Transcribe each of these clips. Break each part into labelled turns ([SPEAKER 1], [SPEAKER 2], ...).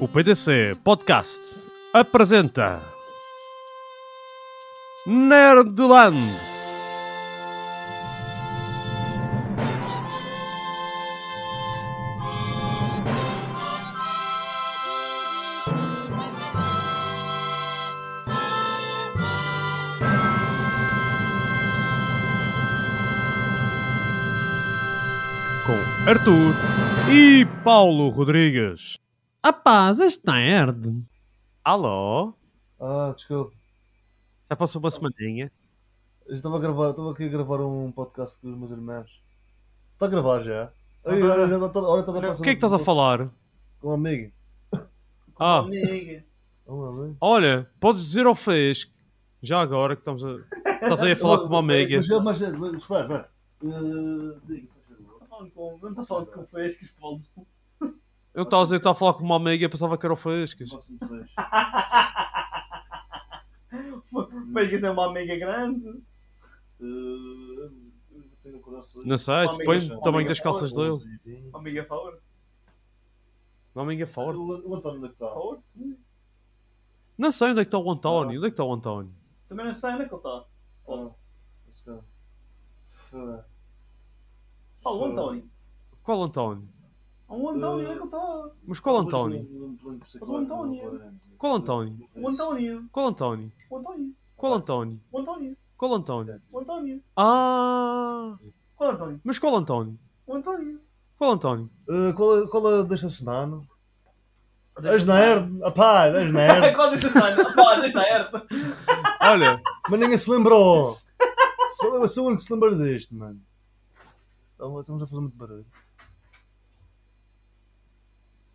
[SPEAKER 1] O PDC Podcast apresenta Nerdland. Com Arthur e Paulo Rodrigues. Rapaz, este nerd. Alô?
[SPEAKER 2] Ah, desculpa.
[SPEAKER 1] Já passou uma semaninha?
[SPEAKER 2] Eu Estava a gravar, estava aqui a gravar um podcast com os meus irmãos. Está a gravar já?
[SPEAKER 1] Ah,
[SPEAKER 2] Ai, olha, já está, olha, está a
[SPEAKER 1] O que é que estás a falar?
[SPEAKER 2] Com um amigo.
[SPEAKER 1] Ah,
[SPEAKER 2] Um amigo.
[SPEAKER 1] olha, podes dizer ao Fez, já agora que estamos a... Estás aí a falar com uma amiga.
[SPEAKER 2] Mas, mas, mas, mas, espera, espera. Eh, diga, por favor.
[SPEAKER 3] Não está falando com frescos, Paulo.
[SPEAKER 1] Eu estava a dizer que estava a falar com uma amiga e pensava que era o Fescas.
[SPEAKER 2] Posso-me dizer.
[SPEAKER 3] Frescos é uma amiga grande.
[SPEAKER 2] Eh, eu tenho um coração.
[SPEAKER 1] Não sei, depois do tamanho das calças dele.
[SPEAKER 3] Uma amiga é favor.
[SPEAKER 1] Uma amiga forte.
[SPEAKER 2] O o António onde é que está?
[SPEAKER 3] Favor, sim.
[SPEAKER 1] Não sei onde é que está o António. Onde é que está o António?
[SPEAKER 3] Também não sei onde é que ele está.
[SPEAKER 2] Ah, esse cara. Foda.
[SPEAKER 3] Paulo, António.
[SPEAKER 1] Qual António?
[SPEAKER 3] O António, onde é que ele está?
[SPEAKER 1] Mas qual António?
[SPEAKER 2] O
[SPEAKER 3] António.
[SPEAKER 1] Qual é António?
[SPEAKER 3] O António.
[SPEAKER 1] Qual António?
[SPEAKER 3] O António.
[SPEAKER 1] Qual António?
[SPEAKER 3] O António.
[SPEAKER 1] Qual António?
[SPEAKER 3] O António.
[SPEAKER 1] Ah!
[SPEAKER 3] Qual é, António?
[SPEAKER 1] Mas qual António?
[SPEAKER 3] O António.
[SPEAKER 1] Qual António?
[SPEAKER 2] Eh, qual é- Qual é o desta semana? És nerd, apá, és nerd.
[SPEAKER 3] Qual disse António? Pá, deixa na herda.
[SPEAKER 1] Olha,
[SPEAKER 2] Mas ninguém se lembrou. Sou eu sou o único que se lembra deste, mano. Então, Estamos a fazer muito barulho.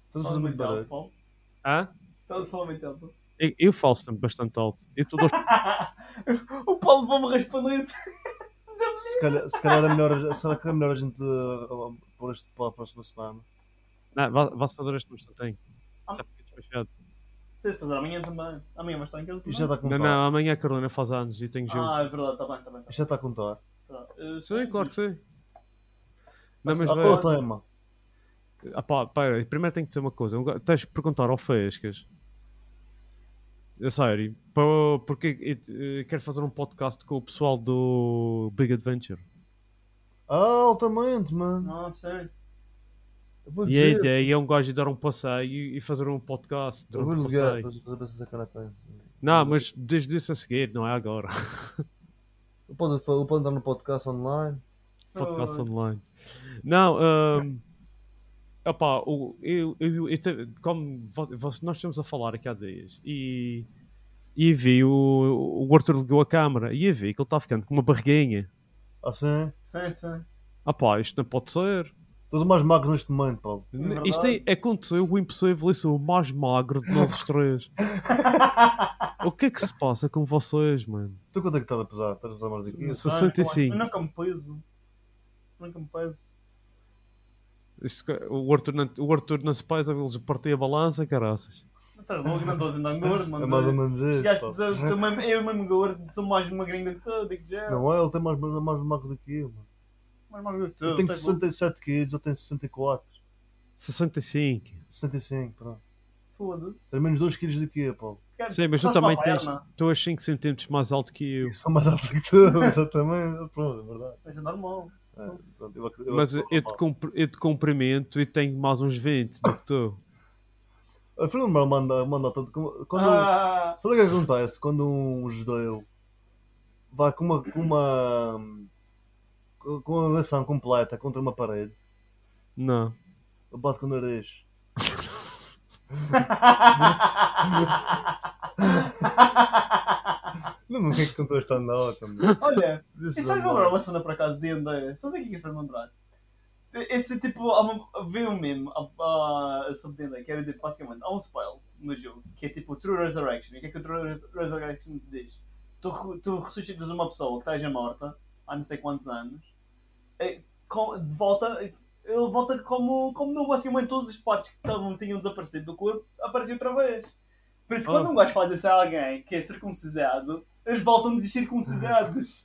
[SPEAKER 2] Estamos a fazer muito barulho.
[SPEAKER 3] então, Paulo. Então,
[SPEAKER 1] hã?
[SPEAKER 3] Estás a falar muito tempo.
[SPEAKER 1] Eu, eu falo sempre bastante alto. Eu estou dois...
[SPEAKER 3] O Paulo vai-me responder.
[SPEAKER 2] Se calhar, se calhar é melhor, será que é melhor a gente uh, pôr isto para a próxima semana?
[SPEAKER 1] Não, vá- vá-se fazer este no instantinho.
[SPEAKER 3] Ah.
[SPEAKER 1] Já fiquei despachado.
[SPEAKER 3] Tens de fazer amanhã também. Amanhã vais estar em casa.
[SPEAKER 2] Isto já está a
[SPEAKER 1] Não,
[SPEAKER 2] contar.
[SPEAKER 1] não, amanhã a Carolina faz anos e tenho jogo.
[SPEAKER 3] Ah, é verdade, está bem, está bem. Tá bem.
[SPEAKER 2] Isto já está a contar.
[SPEAKER 3] Tá. Eh,
[SPEAKER 1] Sim, claro que sim. Não, mas
[SPEAKER 2] Ah, qual é o
[SPEAKER 1] vai...
[SPEAKER 2] tema?
[SPEAKER 1] ah, pá, pera, primeiro tenho que dizer uma coisa. Um ga- Tens de perguntar ao Fescas. A sério, pá, porque eh, quero fazer um podcast com o pessoal do Big Adventure.
[SPEAKER 2] Ah, altamente, mano.
[SPEAKER 3] Não, sério.
[SPEAKER 2] Eu vou
[SPEAKER 1] E a
[SPEAKER 2] dizer.
[SPEAKER 1] ideia é um gajo ir dar um passeio e fazer um podcast.
[SPEAKER 2] Eu vou
[SPEAKER 1] durante o
[SPEAKER 2] ligar para
[SPEAKER 1] passeio.
[SPEAKER 2] para ver se essa cara tem.
[SPEAKER 1] Não, mas desde isso a seguir, não é agora.
[SPEAKER 2] Eu posso, eu posso andar tá no podcast online.
[SPEAKER 1] podcast
[SPEAKER 3] Ah.
[SPEAKER 1] online. Não, ahm, opá, o- eu, eu- eu te- como vo- vo- nós estamos a falar aqui há dias e, e vi o, o Arthur ligou a câmara e eu vi que ele está ficando com uma barriguinha.
[SPEAKER 2] Assim.
[SPEAKER 3] Sim, sim.
[SPEAKER 1] Opá, isto não pode ser.
[SPEAKER 2] Estou mais magro neste momento, Paulo.
[SPEAKER 3] verdade.
[SPEAKER 1] isto é, aconteceu o impossível, eu sou o mais magro de nós os três. o que é que se passa com vocês, mano?
[SPEAKER 2] Tu quanto é que estás a pesar? Estás a pesar mais do que isso?
[SPEAKER 1] 65.
[SPEAKER 3] Eu nunca me peso. Nunca me peso.
[SPEAKER 1] Isto que- o, Arthur não, o Arthur não se pesa, eles partiam a balança, caraças.
[SPEAKER 3] Não estás louco, não estou a andar gordo, mano.
[SPEAKER 2] É mais ou menos
[SPEAKER 3] Se
[SPEAKER 2] isso. é?
[SPEAKER 3] gajo
[SPEAKER 2] pá.
[SPEAKER 3] dizer, sou mesmo- eu mesmo gordo, sou mais magrinho do que tu, digo já.
[SPEAKER 2] Não é? Ele tem mais, mais, mais magro do que eu, mano.
[SPEAKER 3] Mais magro do que tu.
[SPEAKER 2] Eu tenho
[SPEAKER 3] estás louco.
[SPEAKER 2] 67 quilos, ele tem 64.
[SPEAKER 1] 65.
[SPEAKER 2] 65, pronto.
[SPEAKER 3] Foda-se.
[SPEAKER 2] Tem menos 2 quilos do que eu, Paulo.
[SPEAKER 3] Cara,
[SPEAKER 1] Sim, mas tu
[SPEAKER 3] estás
[SPEAKER 1] também
[SPEAKER 3] uma
[SPEAKER 1] tens.
[SPEAKER 3] perna.
[SPEAKER 1] Tu és 5 centímetros mais alto que eu.
[SPEAKER 2] Eu sou mais alto que tu, exatamente. Pronto, é verdade.
[SPEAKER 3] Mas é normal.
[SPEAKER 2] É, pronto, eu ac- eu
[SPEAKER 1] Mas eu
[SPEAKER 2] acredito,
[SPEAKER 1] te,
[SPEAKER 2] Paulo.
[SPEAKER 1] compr- eu te cumprimento e tenho mais uns 20 do que tu.
[SPEAKER 2] Eu fui lembrar uma anda- uma nota de como- Quando,
[SPEAKER 3] Ah,
[SPEAKER 2] Sabe o que acontece quando um judeu vai com uma. com uma. com a oração completa contra uma parede?
[SPEAKER 1] Não.
[SPEAKER 2] Eu bato com o nariz.
[SPEAKER 3] Ah.
[SPEAKER 2] Não me que cantou esta nota, mano.
[SPEAKER 3] Olha,
[SPEAKER 2] Isso
[SPEAKER 3] e sabes
[SPEAKER 2] não.
[SPEAKER 3] agora é uma cena por acaso de Andeia? Sabes o que é que isso vai me lembrar? Esse tipo, há uma, vê um meme ah, ah, sobre Andeia, que era tipo, basicamente, há um spell no jogo, que é tipo True Resurrection. E o que é que o True Res- Resurrection te diz? Tu, re- tu ressuscitas uma pessoa que esteja morta há não sei quantos anos, eh, com- de volta, eh, ele volta como, como novo, basicamente todas as partes que estavam, tinham desaparecido do corpo aparecem outra vez. Por isso, quando
[SPEAKER 1] Ah.
[SPEAKER 3] um gajo faz isso a alguém que é circuncisado, eles voltam descircuncisados.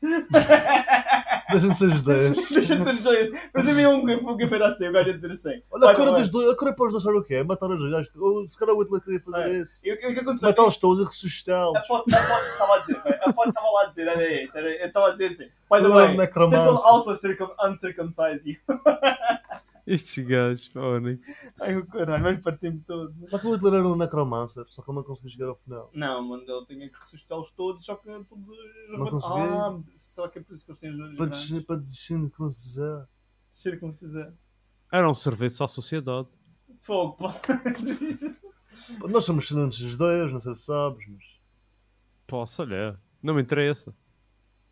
[SPEAKER 2] Deixa-me ser os 10.
[SPEAKER 3] Deixa de ser joia. Mas eu vi um gif, um gif era assim, o gajo a dizer assim.
[SPEAKER 2] Olha, a
[SPEAKER 3] "By the
[SPEAKER 2] cura
[SPEAKER 3] way,
[SPEAKER 2] dos dois, a cura para os dois sabe o que é? Matar os dois. Acho que- ou Se calhar o Hitler queria fazer
[SPEAKER 3] É.
[SPEAKER 2] isso.
[SPEAKER 3] E o que o que aconteceu?
[SPEAKER 2] Matá-los todos e
[SPEAKER 3] A
[SPEAKER 2] ressuscitá-los.
[SPEAKER 3] foto estava a dizer, a foto estava lá a dizer, era isso, era- eu estava a dizer assim. By the
[SPEAKER 2] Ele era um
[SPEAKER 3] way, this
[SPEAKER 2] necromancer.
[SPEAKER 3] will also circum uncircumcise you.
[SPEAKER 1] Estes gajos, pá, Onyx.
[SPEAKER 3] Ai, o caralho, mas partimos todo.
[SPEAKER 2] Mas que o Hitler era um necromancer, só que ele não conseguiu chegar ao final.
[SPEAKER 3] Não, mano, eu tinha que ressuscitá-los todos, só que todos...
[SPEAKER 2] Não consegui.
[SPEAKER 3] Ah, será que é por isso que eles têm os olhos
[SPEAKER 2] Para
[SPEAKER 3] grandes?
[SPEAKER 2] descer, para descer, como se é. dizer.
[SPEAKER 3] Circuncisar.
[SPEAKER 1] Era um serviço à sociedade.
[SPEAKER 3] Fogo, pá.
[SPEAKER 2] Nós somos descendentes judeus, não sei se sabes, mas.
[SPEAKER 1] Posso olhar. Não me interessa.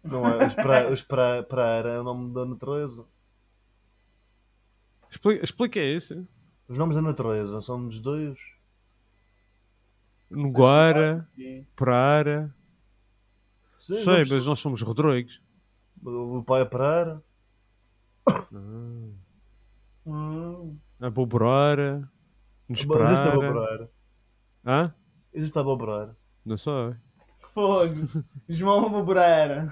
[SPEAKER 2] Não é? Os pra- os pra- Praera é o nome da natureza.
[SPEAKER 1] Explica, explica isso.
[SPEAKER 2] Os nomes da natureza são dos dois.
[SPEAKER 1] Nogueira,
[SPEAKER 3] Sim.
[SPEAKER 1] Prara.
[SPEAKER 2] Sim,
[SPEAKER 1] Sei,
[SPEAKER 2] nós-
[SPEAKER 1] mas nós somos Rodrigues.
[SPEAKER 2] O o pai é Praera.
[SPEAKER 3] Hum.
[SPEAKER 1] A Boborora. Nos
[SPEAKER 2] Bom, Existe a
[SPEAKER 1] Prara.
[SPEAKER 2] Bobrara.
[SPEAKER 1] Hã?
[SPEAKER 2] Existe a Bobrara.
[SPEAKER 1] Não sei.
[SPEAKER 3] Fogo. João Mabureira.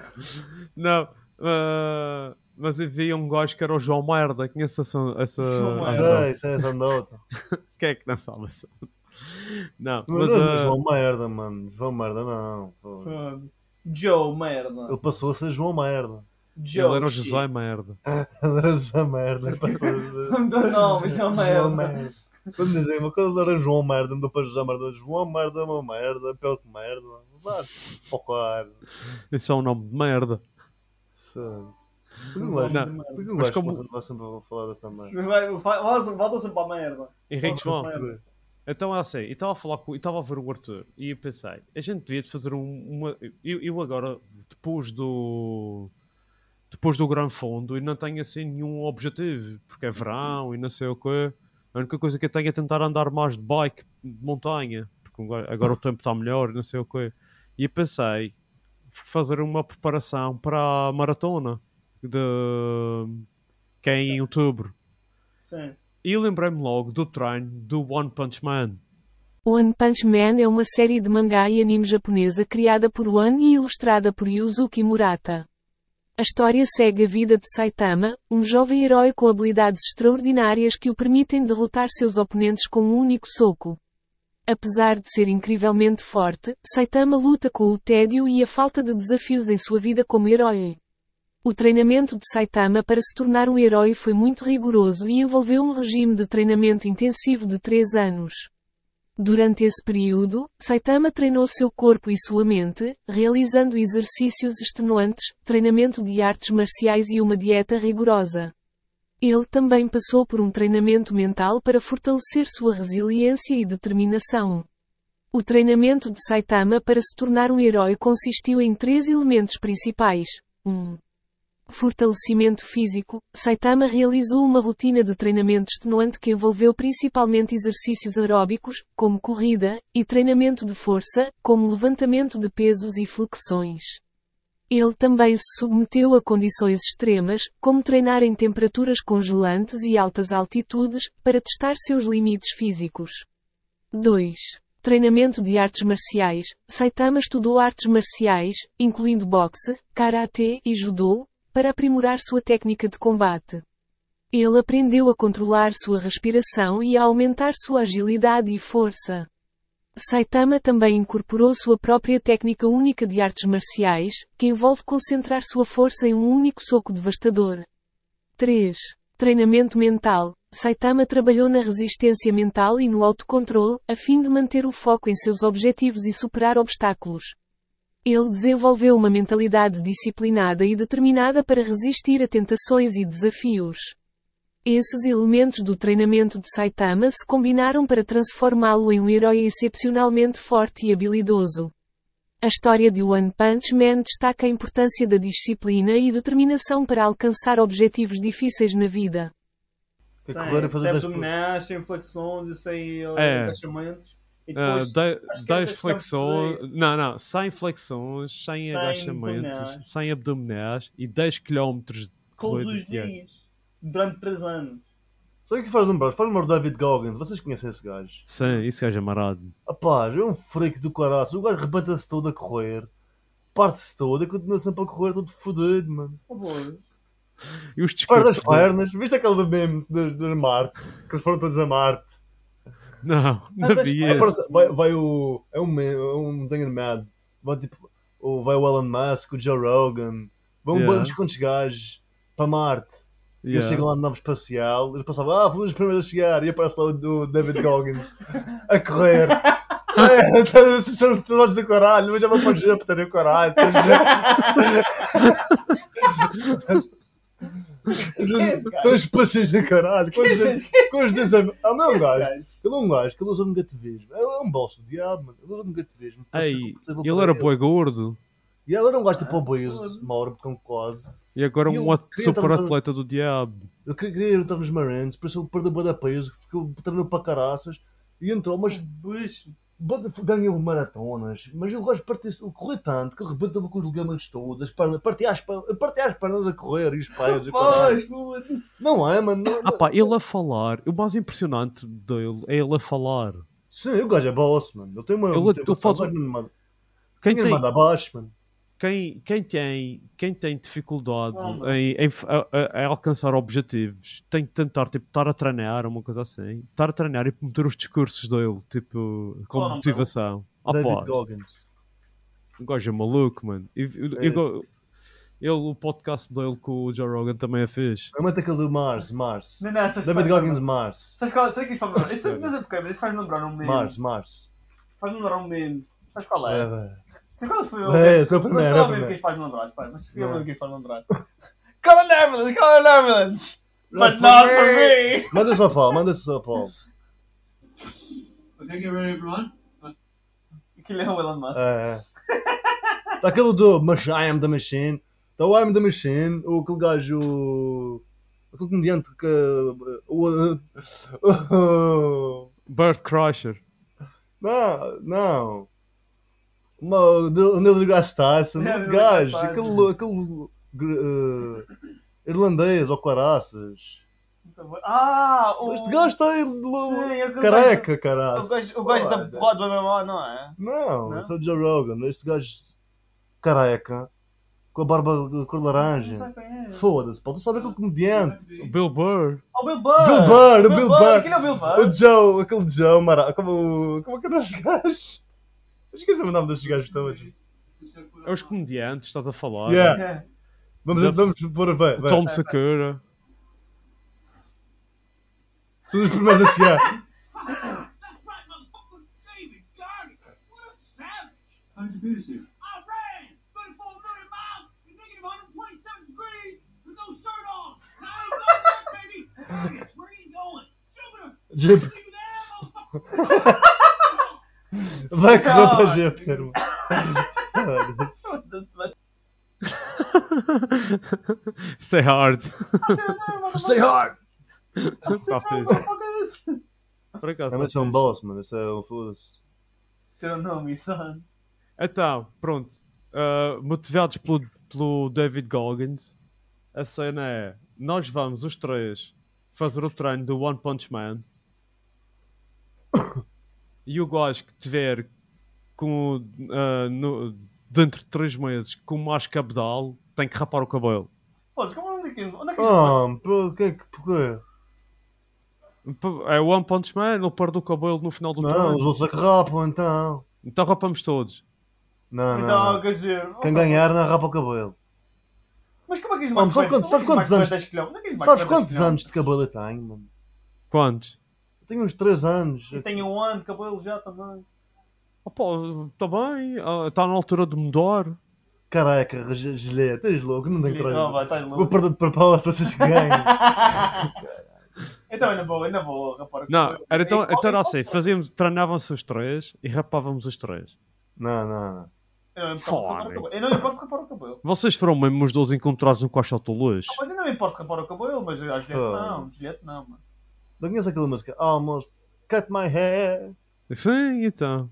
[SPEAKER 1] Não. ah, mas havia um gajo que era o João Merda. Conheço essa. essa Ah,
[SPEAKER 3] João Merda.
[SPEAKER 1] essa-
[SPEAKER 2] Sei, sei, essa andota.
[SPEAKER 1] Quem é que não sabe essa? Não,
[SPEAKER 2] Mas,
[SPEAKER 1] mas. ah,
[SPEAKER 2] João Merda, mano. João Merda, não. pô.
[SPEAKER 3] Fogo. Joe, merda.
[SPEAKER 2] Ele passou a ser João Merda.
[SPEAKER 3] Joe.
[SPEAKER 1] ele era o
[SPEAKER 3] shit.
[SPEAKER 1] José Merda.
[SPEAKER 2] Ele era José Merda. ele Passou a ser
[SPEAKER 3] Não me deu nome, Joe,
[SPEAKER 2] João
[SPEAKER 3] merda.
[SPEAKER 2] Merda. Quando dizem uma coisa era João Merda, me deu para José Merda. João Merda é uma merda, pior que merda. Vai, foco a ar.
[SPEAKER 1] Esse é um nome de merda.
[SPEAKER 2] Foda. Por que não vais-
[SPEAKER 1] Não,
[SPEAKER 2] por que não
[SPEAKER 1] mas
[SPEAKER 2] vais
[SPEAKER 1] como-
[SPEAKER 2] falar- vai sempre vou falar dessa merda?
[SPEAKER 3] Vai- vai- volta- Volta-se para a merda.
[SPEAKER 1] Henrique João.
[SPEAKER 3] Merda.
[SPEAKER 1] Então é assim, eu estava a falar com, eu estava a ver o Arthur e eu pensei, a gente devia de fazer um- uma. Eu, eu agora, depois do. Depois do Gran Fundo, eu não tenho assim nenhum objetivo, porque é verão e não sei o quê. A única coisa que eu tenho é tentar andar mais de bike de montanha, porque agora, agora o tempo está melhor e não sei o quê. E eu pensei fazer uma preparação para a maratona de que é em outubro.
[SPEAKER 3] Sim.
[SPEAKER 1] E lembrei-me logo do treino do One Punch Man.
[SPEAKER 4] One Punch Man é uma série de mangá e anime japonesa criada por One e ilustrada por Yuzuki Murata. A história segue a vida de Saitama, um jovem herói com habilidades extraordinárias que o permitem derrotar seus oponentes com um único soco. Apesar de ser incrivelmente forte, Saitama luta com o tédio e a falta de desafios em sua vida como herói. O treinamento de Saitama para se tornar um herói foi muito rigoroso e envolveu um regime de treinamento intensivo de três anos. Durante esse período, Saitama treinou seu corpo e sua mente, realizando exercícios extenuantes, treinamento de artes marciais e uma dieta rigorosa. Ele também passou por um treinamento mental para fortalecer sua resiliência e determinação. O treinamento de Saitama para se tornar um herói consistiu em três elementos principais. 1. Fortalecimento físico, Saitama realizou uma rotina de treinamento extenuante que envolveu principalmente exercícios aeróbicos, como corrida, e treinamento de força, como levantamento de pesos e flexões. Ele também se submeteu a condições extremas, como treinar em temperaturas congelantes e altas altitudes, para testar seus limites físicos. 2. Treinamento de artes marciais. Saitama estudou artes marciais, incluindo boxe, karatê e judô, para aprimorar sua técnica de combate. Ele aprendeu a controlar sua respiração e a aumentar sua agilidade e força. Saitama também incorporou sua própria técnica única de artes marciais, que envolve concentrar sua força em um único soco devastador. 3. Treinamento mental. Saitama trabalhou na resistência mental e no autocontrole, a fim de manter o foco em seus objetivos e superar obstáculos. Ele desenvolveu uma mentalidade disciplinada e determinada para resistir a tentações e desafios. Esses elementos do treinamento de Saitama se combinaram para transformá-lo em um herói excepcionalmente forte e habilidoso. A história de One Punch Man destaca a importância da disciplina e determinação para alcançar objetivos difíceis na vida.
[SPEAKER 2] Tem que
[SPEAKER 3] Sem
[SPEAKER 2] correr a
[SPEAKER 3] sem
[SPEAKER 2] fazer das...
[SPEAKER 3] abdominais, sem flexões e sem uh,
[SPEAKER 1] É.
[SPEAKER 3] agachamentos. E
[SPEAKER 1] Ah,
[SPEAKER 3] depois
[SPEAKER 1] dei-
[SPEAKER 3] acho que é era
[SPEAKER 1] dez
[SPEAKER 3] das
[SPEAKER 1] flexões, não, não, 100 flexões, 100
[SPEAKER 3] Sem
[SPEAKER 1] agachamentos,
[SPEAKER 3] abdominais.
[SPEAKER 1] 100 abdominais e 10 km de
[SPEAKER 3] todos
[SPEAKER 1] corrida
[SPEAKER 3] os
[SPEAKER 1] diária.
[SPEAKER 3] dias. Durante 3 anos.
[SPEAKER 2] Sabe o que faz um lembrar? Faz lembrar o David Goggins. Vocês conhecem esse gajo?
[SPEAKER 1] Sim, isso gajo é marado.
[SPEAKER 2] Rapaz, é um freak do caraças. O gajo rebenta-se todo a correr. Parte-se todo e continua sempre a correr todo fodido, mano.
[SPEAKER 3] Por favor.
[SPEAKER 1] E os
[SPEAKER 2] Perde
[SPEAKER 1] descontos
[SPEAKER 2] as pernas. Viste aquele do meme das, das Marte? Que eles foram todos a Marte.
[SPEAKER 1] Não, não
[SPEAKER 3] das
[SPEAKER 1] vi
[SPEAKER 3] pernas.
[SPEAKER 1] esse.
[SPEAKER 2] Aparece- Vai, vai o... É um, meme, é um desenho animado. Vai, tipo, o, vai o Elon Musk, o Joe Rogan. Vão
[SPEAKER 1] Yeah.
[SPEAKER 2] yeah. quantos gajos para Marte. E eles
[SPEAKER 1] Yeah.
[SPEAKER 2] chegam lá no nave espacial, eles passavam, ah, fomos os primeiros a chegar, e aparece lá o do David Goggins a correr. É, tá, Vocês são pilotos do caralho, mas já vou para o Júpiter e o caralho. estás a dizer?
[SPEAKER 3] esse gajo?
[SPEAKER 2] São os passinhos do caralho. Com os
[SPEAKER 3] É esse
[SPEAKER 2] dentes- com os dentes. a- É o
[SPEAKER 3] Esse
[SPEAKER 2] mesmo gajo.
[SPEAKER 3] gajo.
[SPEAKER 2] Ele é um gajo que ele usa um negativismo. É é um bolso do diabo, mano. Ele usa um negativismo. para ser
[SPEAKER 1] Ei,
[SPEAKER 2] confortável
[SPEAKER 1] ele
[SPEAKER 2] para
[SPEAKER 1] era boi gordo
[SPEAKER 2] E ele era um gajo tipo
[SPEAKER 3] Ah,
[SPEAKER 2] obeso,
[SPEAKER 3] foda-se.
[SPEAKER 2] uma hora, porque é um quase.
[SPEAKER 1] e agora
[SPEAKER 2] Ele
[SPEAKER 1] um at-
[SPEAKER 2] queria
[SPEAKER 1] super
[SPEAKER 2] tanto-
[SPEAKER 1] atleta do diabo.
[SPEAKER 2] Ele queria, queria entrar nos Marines, por isso ele perdeu bué da peso, ficou treinou para caraças e entrou, mas
[SPEAKER 3] Bicho.
[SPEAKER 2] bué de- ganhou maratonas. Mas o gajo partiu, correu tanto que arrebentou com os ligamas todos, as pernas, partia as, pernas- partia as pernas a correr e os pés. e o caralho.
[SPEAKER 3] Pois, foda-se.
[SPEAKER 2] não é, mano? Não,
[SPEAKER 1] Ah pá, ele a falar, o mais impressionante dele é ele a falar.
[SPEAKER 2] Sim, o gajo é boss, mano. Ele tem uma.
[SPEAKER 1] Ele-
[SPEAKER 2] tem
[SPEAKER 1] ele faz
[SPEAKER 2] uma-
[SPEAKER 1] um-
[SPEAKER 2] mano, mano.
[SPEAKER 1] Quem
[SPEAKER 2] Ninguém
[SPEAKER 1] tem,
[SPEAKER 2] manda abaixo, mano.
[SPEAKER 1] quem, quem tem, quem tem dificuldade
[SPEAKER 3] Ah, mano.
[SPEAKER 1] em, em f- a- a- a alcançar objetivos tem que tentar tipo, estar a treinar, uma coisa assim, estar a treinar e meter os discursos dele, tipo, como
[SPEAKER 3] Ah, mano.
[SPEAKER 1] motivação. Ah,
[SPEAKER 2] David
[SPEAKER 1] pá,
[SPEAKER 2] Goggins.
[SPEAKER 1] o gajo é maluco, mano. E- e- e-
[SPEAKER 2] É isso.
[SPEAKER 1] ele, o podcast dele com o Joe Rogan também é fixe.
[SPEAKER 2] Realmente aquele do Mars, Mars.
[SPEAKER 3] Não, não, sabes
[SPEAKER 2] David
[SPEAKER 3] qual-
[SPEAKER 2] Goggins, Mars.
[SPEAKER 3] Sabes qual? Sabe que isto é um faz lembrar? Isto não sei porquê, mas isto faz lembrar um meme.
[SPEAKER 2] Mars, Mars.
[SPEAKER 3] Faz lembrar um meme. Sabes qual é?
[SPEAKER 2] É, velho.
[SPEAKER 3] Sabes qual foi o.
[SPEAKER 2] É, esse é o
[SPEAKER 3] Mas
[SPEAKER 2] primeiro, é o
[SPEAKER 3] qual é o meme
[SPEAKER 2] primeiro.
[SPEAKER 3] que isto faz lembrar? Pá, mas qual é o
[SPEAKER 2] Não.
[SPEAKER 3] meme que isto faz lembrar? Call an ambulance! Call an ambulance! But not for me!
[SPEAKER 2] Manda só Paulo, manda só Paulo.
[SPEAKER 3] Okay, get ready everyone. Aquilo é o Elon Musk.
[SPEAKER 2] É. Tá aquele do Mach- I am the Machine. Tá o I am the Machine, ou aquele gajo. Aquele comediante que. o- o-
[SPEAKER 1] Bird Crusher.
[SPEAKER 2] Não, não. Uma, o Neil deGrasse Tyson,
[SPEAKER 3] É,
[SPEAKER 2] outro
[SPEAKER 3] Neil deGrasse
[SPEAKER 2] gajo,
[SPEAKER 3] Tyson.
[SPEAKER 2] aquele. lo- aquele gr- eh, irlandês ou caraças.
[SPEAKER 3] Ah! O...
[SPEAKER 2] Este gajo está aí.
[SPEAKER 3] Sim,
[SPEAKER 2] lo-
[SPEAKER 3] é que o
[SPEAKER 2] Careca,
[SPEAKER 3] gajo- O
[SPEAKER 2] caraças.
[SPEAKER 3] gajo, o gajo da
[SPEAKER 2] Olha.
[SPEAKER 3] porrada do MMA, não é?
[SPEAKER 2] Não,
[SPEAKER 3] Não?
[SPEAKER 2] esse é o Joe Rogan. Este gajo careca, com a barba de cor laranja.
[SPEAKER 3] Não sei quem é.
[SPEAKER 2] Foda-se, pode saber aquele comediante.
[SPEAKER 1] O Bill Burr.
[SPEAKER 3] Oh, Bill Burr!
[SPEAKER 2] Bill Burr, o Bill Burr.
[SPEAKER 3] Aquilo é o Bill Burr!
[SPEAKER 2] O Joe, aquele Joe Mara. Como, como é que era esse gajo? Eu Esqueci o nome destes gajos todos.
[SPEAKER 1] É os comediantes, estás a falar.
[SPEAKER 2] Yeah.
[SPEAKER 3] É.
[SPEAKER 2] Vamos, vamos pôr a ver.
[SPEAKER 1] O Tom Sakura.
[SPEAKER 2] São os primeiros a chegar.
[SPEAKER 5] How did you do this here? I ran 34 million miles in negative 127 degrees with no shirt on. Now I ain't going back, baby. Marius, where are you going? Jupiter.
[SPEAKER 2] Júpiter.
[SPEAKER 5] See you there, motherfucker.
[SPEAKER 2] Vai correr para
[SPEAKER 3] Ah.
[SPEAKER 2] Júpiter. mano. Foda-se.
[SPEAKER 3] Foda-se, mano.
[SPEAKER 1] Isso é hard.
[SPEAKER 2] Stay hard!
[SPEAKER 1] Está fixe.
[SPEAKER 3] Motherfuckers.
[SPEAKER 1] Por acaso, tá
[SPEAKER 2] É, mas esse
[SPEAKER 1] está
[SPEAKER 2] é um boss, mano. Esse é o foda-se.
[SPEAKER 3] You don't know me, son.
[SPEAKER 1] Então, pronto. Uh, motivados pelo, pelo David Goggins, a cena é: nós vamos, os três, fazer o treino do One Punch Man. e o gajo que tiver com, uh, no- dentro de três meses com mais cabedal tem que rapar o cabelo.
[SPEAKER 3] Foda-se, como onde é que. Onde é que.
[SPEAKER 2] Oh, por que que. Porquê?
[SPEAKER 1] P- É o One Punch Man, ele perde o cabelo no final do
[SPEAKER 2] Não, os
[SPEAKER 1] treino.
[SPEAKER 2] outros é que rapam então.
[SPEAKER 1] Então rapamos todos.
[SPEAKER 2] Não, não.
[SPEAKER 3] Então,
[SPEAKER 2] não.
[SPEAKER 3] quer dizer.
[SPEAKER 2] Quem ganhar não rapa o cabelo.
[SPEAKER 3] Mas como é que eles
[SPEAKER 2] Mano,
[SPEAKER 3] marcam?
[SPEAKER 2] sabe quantos- sabe quantos anos-
[SPEAKER 3] é
[SPEAKER 2] Sabes quantos anos de cabelo eu tenho, mano?
[SPEAKER 1] Quantos?
[SPEAKER 2] Eu tenho uns 3 anos.
[SPEAKER 3] Eu tenho um ano, de cabelo já também.
[SPEAKER 1] Opa, está bem, está na altura de mudar.
[SPEAKER 2] Caraca, Gilé, tens louco, não tenho
[SPEAKER 3] Não,
[SPEAKER 2] treino.
[SPEAKER 3] vai, tá estás
[SPEAKER 2] Vou
[SPEAKER 3] louco.
[SPEAKER 2] perder de propósito, vocês ganham.
[SPEAKER 3] Então eu não vou, eu não vou rapar.
[SPEAKER 1] Não, era, então,
[SPEAKER 3] Igual- é
[SPEAKER 1] então era
[SPEAKER 3] igual-
[SPEAKER 1] assim, fazíamos, treinavam-se os três e rapávamos os três.
[SPEAKER 2] Não, não, não.
[SPEAKER 1] então-
[SPEAKER 3] Eu não importo rapar o cabelo. Eu não importo rapar o cabelo. Ah,
[SPEAKER 1] Vocês foram mesmo os 12 encontrados no Costa Toulouse.
[SPEAKER 3] Mas eu não me importo rapar o cabelo, mas às vezes não, às vezes não, mano.
[SPEAKER 2] Não conheço aquela música? Almost cut my hair
[SPEAKER 1] Sim, então.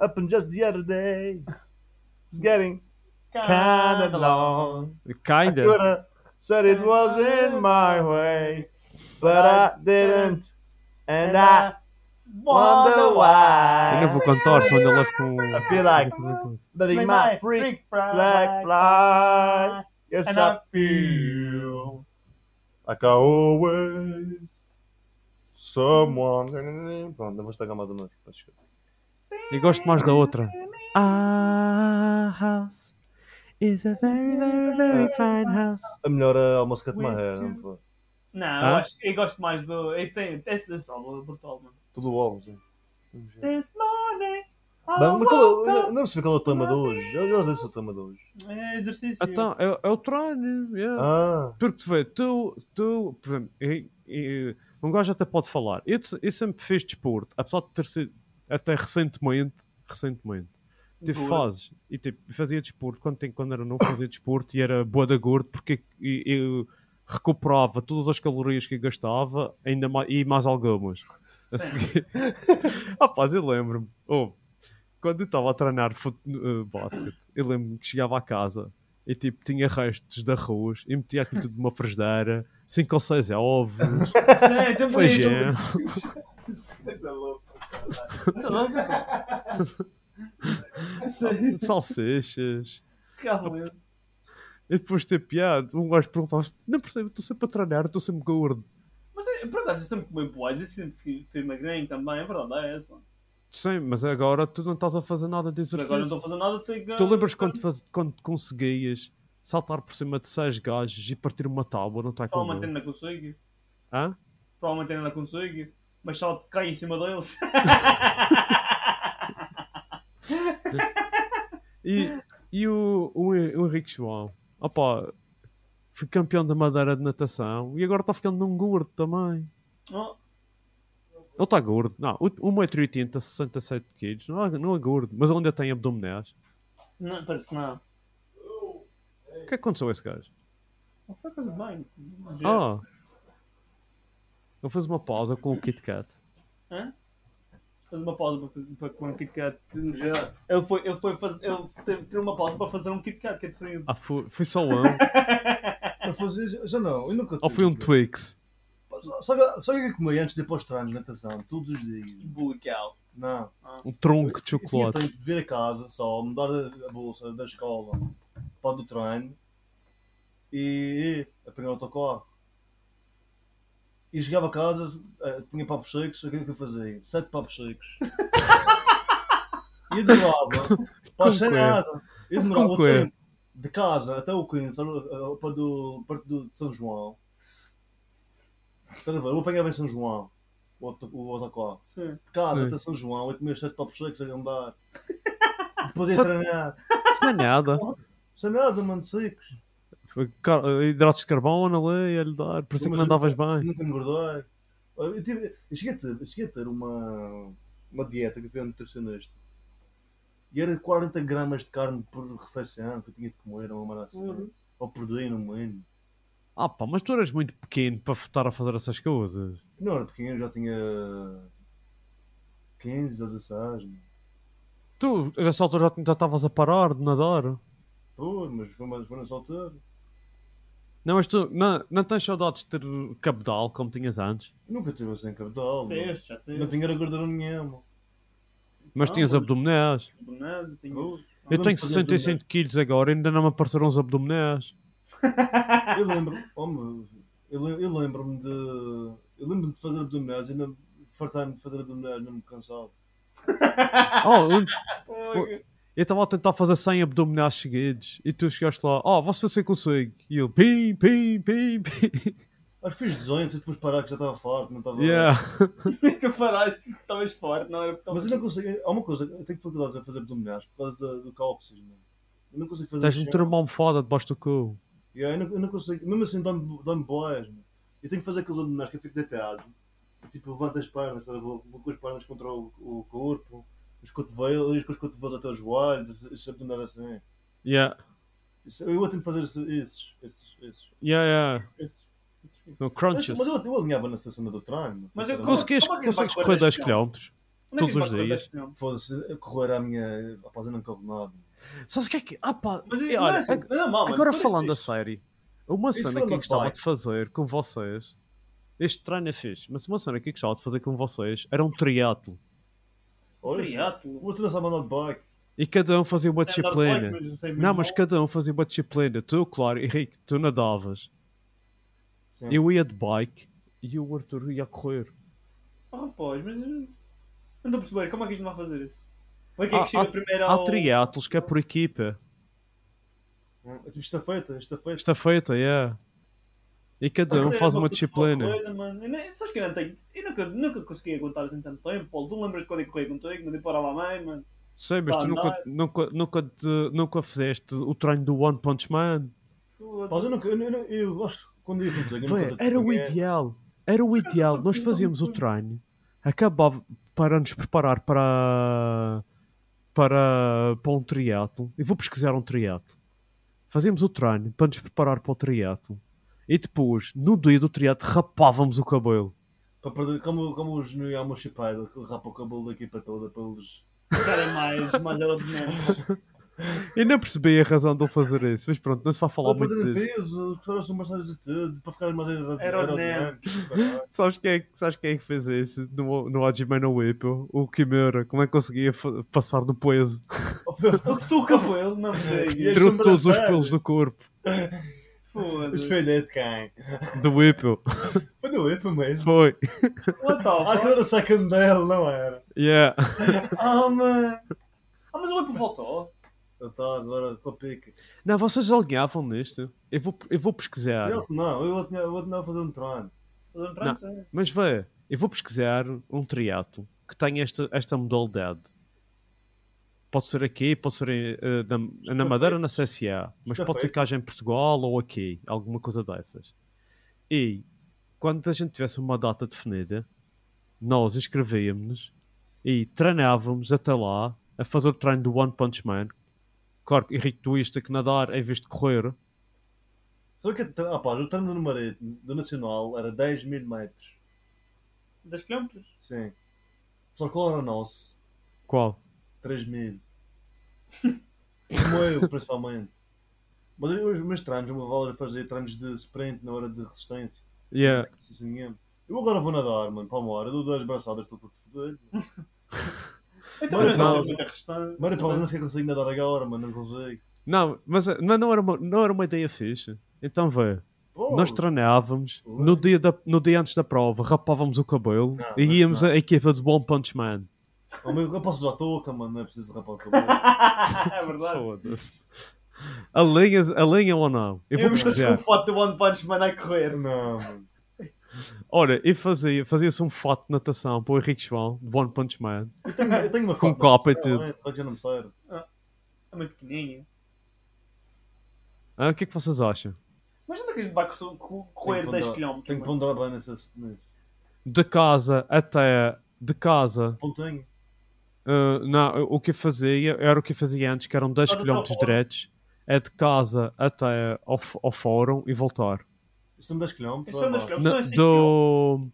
[SPEAKER 2] up and just the other day. It's getting kinda Ah,
[SPEAKER 3] Cada
[SPEAKER 2] long. I
[SPEAKER 1] Kinda.
[SPEAKER 2] coulda said it was in my way, but I didn't. And I wonder
[SPEAKER 1] Eu
[SPEAKER 2] why.
[SPEAKER 1] não vou cantar, só ainda levo com.
[SPEAKER 2] I feel like letting my freak flag fly. Yes,
[SPEAKER 3] And
[SPEAKER 2] I
[SPEAKER 3] I
[SPEAKER 2] feel like I always someone. Pronto, não vou estragar mais a música. mas desculpa.
[SPEAKER 1] E gosto mais da outra. Our house is a very, very, very fine house.
[SPEAKER 2] A melhor é Almost Cut My
[SPEAKER 3] With
[SPEAKER 2] Hair.
[SPEAKER 3] you.
[SPEAKER 2] não foi?
[SPEAKER 3] Não, eu,
[SPEAKER 1] Ah?
[SPEAKER 3] acho, eu gosto mais do. Eu tenho, esse esse álbum é brutal, mano.
[SPEAKER 2] Tudo o álbum, sim.
[SPEAKER 3] This morning. I
[SPEAKER 2] Bem, mas qual,
[SPEAKER 3] woke
[SPEAKER 2] é- eu não- eu
[SPEAKER 3] up.
[SPEAKER 2] não percebi qual é o tema de hoje. Eu já disse o tema de hoje.
[SPEAKER 3] É exercício.
[SPEAKER 1] Então, é, é o treino. Yeah.
[SPEAKER 2] Ah,
[SPEAKER 1] Porque tu vê, tu, tu por exemplo, e- e- um gajo até pode falar. Eu, te- eu sempre fiz desporto, apesar de ter sido até recentemente, recentemente, tive
[SPEAKER 3] Gordo.
[SPEAKER 1] fases e tipo, fazia desporto quando, tem- quando era novo, fazia desporto e era boa da gordo porque e- eu recuperava todas as calorias que eu gastava ainda mais, e mais algumas. A
[SPEAKER 3] Sim.
[SPEAKER 1] seguir, rapaz, eu lembro-me. Oh, quando eu estava a treinar fut- eh, basquete, eu lembro-me que chegava à casa e tipo tinha restos de arroz e metia aquilo tudo numa frigideira, 5 ou 6 ovos,
[SPEAKER 3] Sim, tem por isso.
[SPEAKER 1] feijão.
[SPEAKER 3] Tá louco, cara? Sim,
[SPEAKER 1] salsichas.
[SPEAKER 3] calma.
[SPEAKER 1] E depois ter piada, um gajo perguntava não percebo, estou sempre a treinar, estou sempre gordo.
[SPEAKER 3] Mas eh, por acaso eu sempre comi boas e sempre fui, fui magrinho também, é verdade, é essa.
[SPEAKER 1] Sim, mas agora tu não estás a fazer nada de
[SPEAKER 3] Mas agora não
[SPEAKER 1] exercício.
[SPEAKER 3] estou a fazer nada, tenho que.
[SPEAKER 1] Tu lembras quando, faz, quando conseguias saltar por cima de seis gajos e partir uma tábua no
[SPEAKER 3] Provavelmente
[SPEAKER 1] taekwondo?
[SPEAKER 3] ainda consigo.
[SPEAKER 1] Hã?
[SPEAKER 3] Provavelmente ainda consigo. Mas só cai em cima deles.
[SPEAKER 1] E, e o, o, Hen- o Henrique João? Opa, foi campeão da Madeira de natação e agora está ficando num gordo também.
[SPEAKER 3] Oh,
[SPEAKER 1] Ele está gordo. Não, o- tá 1,80m, 67 kg, não, é- não é gordo, mas ele ainda tem abdominais.
[SPEAKER 3] não, parece que não.
[SPEAKER 1] O que é que aconteceu a esse gajo?
[SPEAKER 3] Não foi coisa de bem.
[SPEAKER 1] Ah! Ele fez uma pausa com o Kit Kat.
[SPEAKER 3] Faz uma pausa para, fazer- para comer um Kit Kat. Ele foi, ele foi fazer. Ele teve, tirou uma pausa para fazer um Kit Kat, que é diferente.
[SPEAKER 1] Ah, foi, foi só um?
[SPEAKER 2] eu fazia- eu já não, eu nunca
[SPEAKER 1] ou foi um Twix?
[SPEAKER 2] Sabe sabe o que eu comia antes de ir para os treinos de natação? Todos os dias.
[SPEAKER 3] Bully cow.
[SPEAKER 2] Não.
[SPEAKER 1] Um tronco de
[SPEAKER 2] Eu
[SPEAKER 1] chocolate?
[SPEAKER 2] tenho que vir a casa só, mudar a a bolsa da escola para o do treino e e apanhar o autocarro. E chegava a casa, eh, tinha papos secos, o que é que eu fazia? Sete papos secos. e demorava, para sem
[SPEAKER 1] que é?
[SPEAKER 2] nada. E demorava
[SPEAKER 1] Como
[SPEAKER 2] o
[SPEAKER 1] que é?
[SPEAKER 2] tempo de casa até o 15, sabe, eh, para do, perto do, de São João. Estás a ver? Eu apanhava em São João o, auto- o autocarro
[SPEAKER 3] Sim.
[SPEAKER 2] de casa
[SPEAKER 1] Sim.
[SPEAKER 2] até São João e comer sete papos secos a andar. Depois ia
[SPEAKER 1] Só-
[SPEAKER 2] treinar.
[SPEAKER 1] Isso não é nada.
[SPEAKER 2] Sem nada, mano, secos.
[SPEAKER 1] Car- Hidratos de carbono ali, a lhe dar. Parecia
[SPEAKER 2] Mas
[SPEAKER 1] que não
[SPEAKER 2] eu-
[SPEAKER 1] andavas bem.
[SPEAKER 2] Nunca engordei. Eu, tive, eu cheguei, a ter, eu cheguei a ter uma, uma dieta que eu fui a um nutricionista. E era 40 gramas de carne por refeição que eu tinha de comer, uma mara assim. Ou por dia, no mínimo.
[SPEAKER 1] Ah pá, mas tu eras muito pequeno para estar a fazer essas coisas.
[SPEAKER 2] Não era pequeno, eu já tinha 15 ou 16. mano.
[SPEAKER 1] Tu, nessa altura, já já estavas a parar de nadar.
[SPEAKER 2] Pô, mas foi, mais- foi nessa altura.
[SPEAKER 1] Não, mas tu não, não tens saudades de ter cabedal como tinhas antes,
[SPEAKER 2] Nunca tive assim capital. mano.
[SPEAKER 3] Fez, já
[SPEAKER 2] Não
[SPEAKER 3] teve.
[SPEAKER 2] tinha gordura nenhuma.
[SPEAKER 1] mas
[SPEAKER 3] Não,
[SPEAKER 1] tinhas
[SPEAKER 3] mas-
[SPEAKER 1] abdominais.
[SPEAKER 3] Nada, tenho.
[SPEAKER 2] Oh.
[SPEAKER 1] Eu
[SPEAKER 2] Não
[SPEAKER 1] tenho
[SPEAKER 2] fazia
[SPEAKER 3] um
[SPEAKER 2] abdominais.
[SPEAKER 1] 65 quilos agora e ainda não me apareceram os abdominais.
[SPEAKER 2] Eu lembro, homem, eu, le- eu lembro-me de. Eu lembro-me de fazer abdominais e não. Fartar-me de fazer abdominais, não me cansava.
[SPEAKER 1] Oh, eu-
[SPEAKER 3] Fogo.
[SPEAKER 1] Eu estava a tentar fazer 100 abdominais seguidos e tu chegaste lá, ó, oh, você se eu consigo. E eu, pim, pim, pim, pim.
[SPEAKER 2] Acho que fiz 18 e depois parar que já estava forte, não estava.
[SPEAKER 1] Yeah.
[SPEAKER 3] tu paraste, estavas forte, não era tão.
[SPEAKER 2] Então, Mas eu não consigo. Há uma coisa, eu tenho dificuldades a fazer abdominais por causa do, do cálculo, mano. Eu não consigo fazer.
[SPEAKER 1] Tens um de meter
[SPEAKER 2] chão.
[SPEAKER 1] uma almofada debaixo do cu.
[SPEAKER 2] Yeah, eu, não, eu não consigo. Mesmo assim, dá-me dá boias, mano. Eu tenho que fazer aqueles abdominais que eu fico deitado. Eu, tipo, levanto as pernas, sabe? vou, vou com as pernas contra o, o corpo, os cotovelos, com os cotovelos até os joelhos, esses abdominais assim.
[SPEAKER 1] Yeah,
[SPEAKER 2] Isso- Eu tenho que fazer esses, esses, esses, esses.
[SPEAKER 1] yeah, yeah.
[SPEAKER 2] esses, esses.
[SPEAKER 1] São
[SPEAKER 2] Mas,
[SPEAKER 1] crunches.
[SPEAKER 2] mas eu, eu alinhava nessa cena do treino.
[SPEAKER 3] Mas eu
[SPEAKER 2] sinceramente.
[SPEAKER 1] Consegues,
[SPEAKER 3] Como é que
[SPEAKER 1] consegues
[SPEAKER 3] vai
[SPEAKER 1] correr
[SPEAKER 3] correr
[SPEAKER 1] 10
[SPEAKER 3] este
[SPEAKER 1] km?
[SPEAKER 3] Onde é que
[SPEAKER 1] Todos os
[SPEAKER 3] vai correr
[SPEAKER 1] dias.
[SPEAKER 3] este filme?
[SPEAKER 2] Foda-se, a correr à minha. Rapaz, eu não corro nada.
[SPEAKER 1] Sabes o que é que. Ah, pá,
[SPEAKER 3] Mas
[SPEAKER 1] e
[SPEAKER 3] isso não
[SPEAKER 1] olha,
[SPEAKER 3] é assim,
[SPEAKER 1] ag-
[SPEAKER 3] não é mal, mano.
[SPEAKER 1] agora
[SPEAKER 3] Parece
[SPEAKER 1] falando a
[SPEAKER 3] fixe.
[SPEAKER 1] sério, uma
[SPEAKER 2] Isso
[SPEAKER 1] cena
[SPEAKER 2] foi
[SPEAKER 1] que eu
[SPEAKER 2] uma
[SPEAKER 1] gostava
[SPEAKER 2] pai.
[SPEAKER 1] de fazer com vocês. Este treino é fixe, mas uma cena que eu gostava de fazer com vocês era um triatlo.
[SPEAKER 3] Triatlo.
[SPEAKER 2] O outro não sabe andar de bike.
[SPEAKER 1] E cada um fazia uma
[SPEAKER 3] Andar de bike,
[SPEAKER 1] disciplina.
[SPEAKER 3] mas sem
[SPEAKER 1] Não, mas
[SPEAKER 3] minimal.
[SPEAKER 1] cada um fazia uma disciplina. Tu, claro, Henrique, tu nadavas.
[SPEAKER 2] Sim.
[SPEAKER 1] Eu ia de bike e o Arthur ia correr.
[SPEAKER 3] Oh, rapaz, mas eu não estou a perceber como é que isto não vai fazer isso. Como é que é
[SPEAKER 1] Há-
[SPEAKER 3] que chega
[SPEAKER 1] há-
[SPEAKER 3] primeiro
[SPEAKER 1] Há
[SPEAKER 3] ao.
[SPEAKER 1] triatlos que é por equipa.
[SPEAKER 2] Hum, eu tive Esta feita, esta feita.
[SPEAKER 1] Esta feita, é. E cada um
[SPEAKER 3] Fazer
[SPEAKER 1] faz uma
[SPEAKER 3] coisa,
[SPEAKER 1] disciplina.
[SPEAKER 3] coisa, mano. Eu nem- Sabes que eu não tenho. Eu nunca, nunca consegui aguentar assim tanto tempo. Paulo, tu lembras de quando eu corri contigo? Mandei para lá mãe, mano.
[SPEAKER 1] Sei, mas tu
[SPEAKER 3] Pá,
[SPEAKER 1] nunca, nunca, nunca, te- nunca fizeste o treino do One Punch Man.
[SPEAKER 2] Rapaz, eu não. Eu, eu, eu gosto. Quando eu contigo, eu não
[SPEAKER 1] Vê,
[SPEAKER 2] conto-
[SPEAKER 1] era o
[SPEAKER 2] porque é-
[SPEAKER 1] ideal. Era o ideal. Nós fazíamos o treino, acabava para nos preparar para, para, para um triatlo. Eu vou pesquisar um triatlo. Fazíamos o treino para nos preparar para o triatlo. E depois, no dia do triatlo, rapávamos o cabelo.
[SPEAKER 2] Para perder, como, como os no Yamu Shipai, que rapa o cabelo da equipa toda para eles.
[SPEAKER 3] Cara,
[SPEAKER 1] é
[SPEAKER 3] mais, mais era de menos.
[SPEAKER 1] Eu não percebi a razão de eu fazer isso, mas pronto, não se vai falar
[SPEAKER 2] Para
[SPEAKER 1] muito
[SPEAKER 2] perder
[SPEAKER 1] disso.
[SPEAKER 2] peso, para os maçãs de tudo, para ficarem mais aerod-
[SPEAKER 3] Aerodinâmicos.
[SPEAKER 2] aerodinâmicos. caralho.
[SPEAKER 1] Sabes quem, é, que- sabes quem é que fez isso no, no Hajime no Ippo? O Kimura. Como é que conseguia fa- passar do peso?
[SPEAKER 3] O que tu o cabelo, não
[SPEAKER 2] E
[SPEAKER 3] sei.
[SPEAKER 2] as
[SPEAKER 1] Tirou todos os
[SPEAKER 2] sobrancelhas?
[SPEAKER 1] pelos do corpo
[SPEAKER 2] Os
[SPEAKER 3] Foda-se.
[SPEAKER 2] filhos de quem?
[SPEAKER 1] do Ippo.
[SPEAKER 2] Foi do Epa mesmo.
[SPEAKER 1] Foi.
[SPEAKER 3] What the
[SPEAKER 2] Ah, que
[SPEAKER 3] fuck?
[SPEAKER 2] era second dele, não era?
[SPEAKER 1] Yeah.
[SPEAKER 3] Ah, mano. Ah, mas o Apple voltou.
[SPEAKER 2] Eu estava agora com a pica.
[SPEAKER 1] Não, vocês alinhavam nisto. Eu vou, eu vou pesquisar.
[SPEAKER 2] Eu não, eu tinha, eu tinha a fazer um treino.
[SPEAKER 3] Fazer um
[SPEAKER 1] Não.
[SPEAKER 3] treino, sim.
[SPEAKER 1] Mas vê, eu vou pesquisar um triatlo que tem esta, esta modalidade. Pode ser aqui, pode ser em, eh, na, na Madeira, na CSA. Mas
[SPEAKER 2] Está
[SPEAKER 1] pode ser
[SPEAKER 2] feito.
[SPEAKER 1] que haja em Portugal ou aqui. Alguma coisa dessas. E quando a gente tivesse uma data definida, nós inscrevíamos-nos e treinávamos até lá a fazer o treino do One Punch Man. Claro que Henrique, tu ias ter que nadar em vez de correr.
[SPEAKER 2] Sabe que ah, pá, o treino do Marítimo, do Nacional, era 10 mil metros.
[SPEAKER 3] 10 km.
[SPEAKER 2] Sim. Só que era o nosso,
[SPEAKER 1] Qual?
[SPEAKER 2] 3 mil. Como eu, principalmente. Mas eu- os meus treinos, o meu valor fazia treinos de sprint na hora de resistência.
[SPEAKER 1] Yeah.
[SPEAKER 2] Resistência nenhuma. Eu agora vou nadar, mano, para uma hora, eu dou duas braçadas, estou todo fodido.
[SPEAKER 3] Então,
[SPEAKER 2] Mano,
[SPEAKER 3] eu
[SPEAKER 2] não.
[SPEAKER 3] não tenho muita questão.
[SPEAKER 2] Mano, eu não sei que consigo nadar agora, mano, não consigo.
[SPEAKER 1] Não, mas eh, não, não, era uma, não era uma ideia fixe. Então vê,
[SPEAKER 2] Oh,
[SPEAKER 1] nós treinávamos,
[SPEAKER 2] Oi.
[SPEAKER 1] no dia, da, no dia antes da prova, rapávamos o cabelo
[SPEAKER 2] Não,
[SPEAKER 1] e
[SPEAKER 2] mas
[SPEAKER 1] íamos
[SPEAKER 2] não.
[SPEAKER 1] à equipa de One Punch Man.
[SPEAKER 2] o meu- eu posso usar touca, mano, não é preciso rapar o cabelo.
[SPEAKER 3] É verdade.
[SPEAKER 1] Foda-se. Alinhas- Alinham ou não?
[SPEAKER 2] É
[SPEAKER 1] Eu vou
[SPEAKER 3] Eu me
[SPEAKER 1] pesquisar.
[SPEAKER 3] com foto do One Punch Man a correr.
[SPEAKER 2] Não, mano.
[SPEAKER 1] Ora, eu fazia, fazia-se um fato de natação para o Henrique João, de One Punch Man.
[SPEAKER 2] Eu tenho, eu tenho uma
[SPEAKER 1] Com
[SPEAKER 2] foto,
[SPEAKER 1] copa e
[SPEAKER 2] sei
[SPEAKER 1] tudo.
[SPEAKER 2] lá, Só que já não me serve.
[SPEAKER 3] É muito pequenininho.
[SPEAKER 1] Ah, o que é que vocês acham?
[SPEAKER 3] Mas onde é que a gente vai co- co- correr
[SPEAKER 2] Tenho que
[SPEAKER 3] 10
[SPEAKER 2] ponderar-
[SPEAKER 3] km?
[SPEAKER 2] Tenho que ponderar bem nesse- nisso.
[SPEAKER 1] De casa até... De casa,
[SPEAKER 2] Não tenho.
[SPEAKER 1] ah, não, o que eu fazia era o que eu fazia antes, que eram 10
[SPEAKER 3] Casa até
[SPEAKER 1] km
[SPEAKER 3] ao fórum.
[SPEAKER 1] diretos. É de casa até ao, f- ao fórum e voltar.
[SPEAKER 2] Isso são 10 km.
[SPEAKER 3] Isso são 10 km.
[SPEAKER 1] Na-
[SPEAKER 3] Só assim,
[SPEAKER 1] do,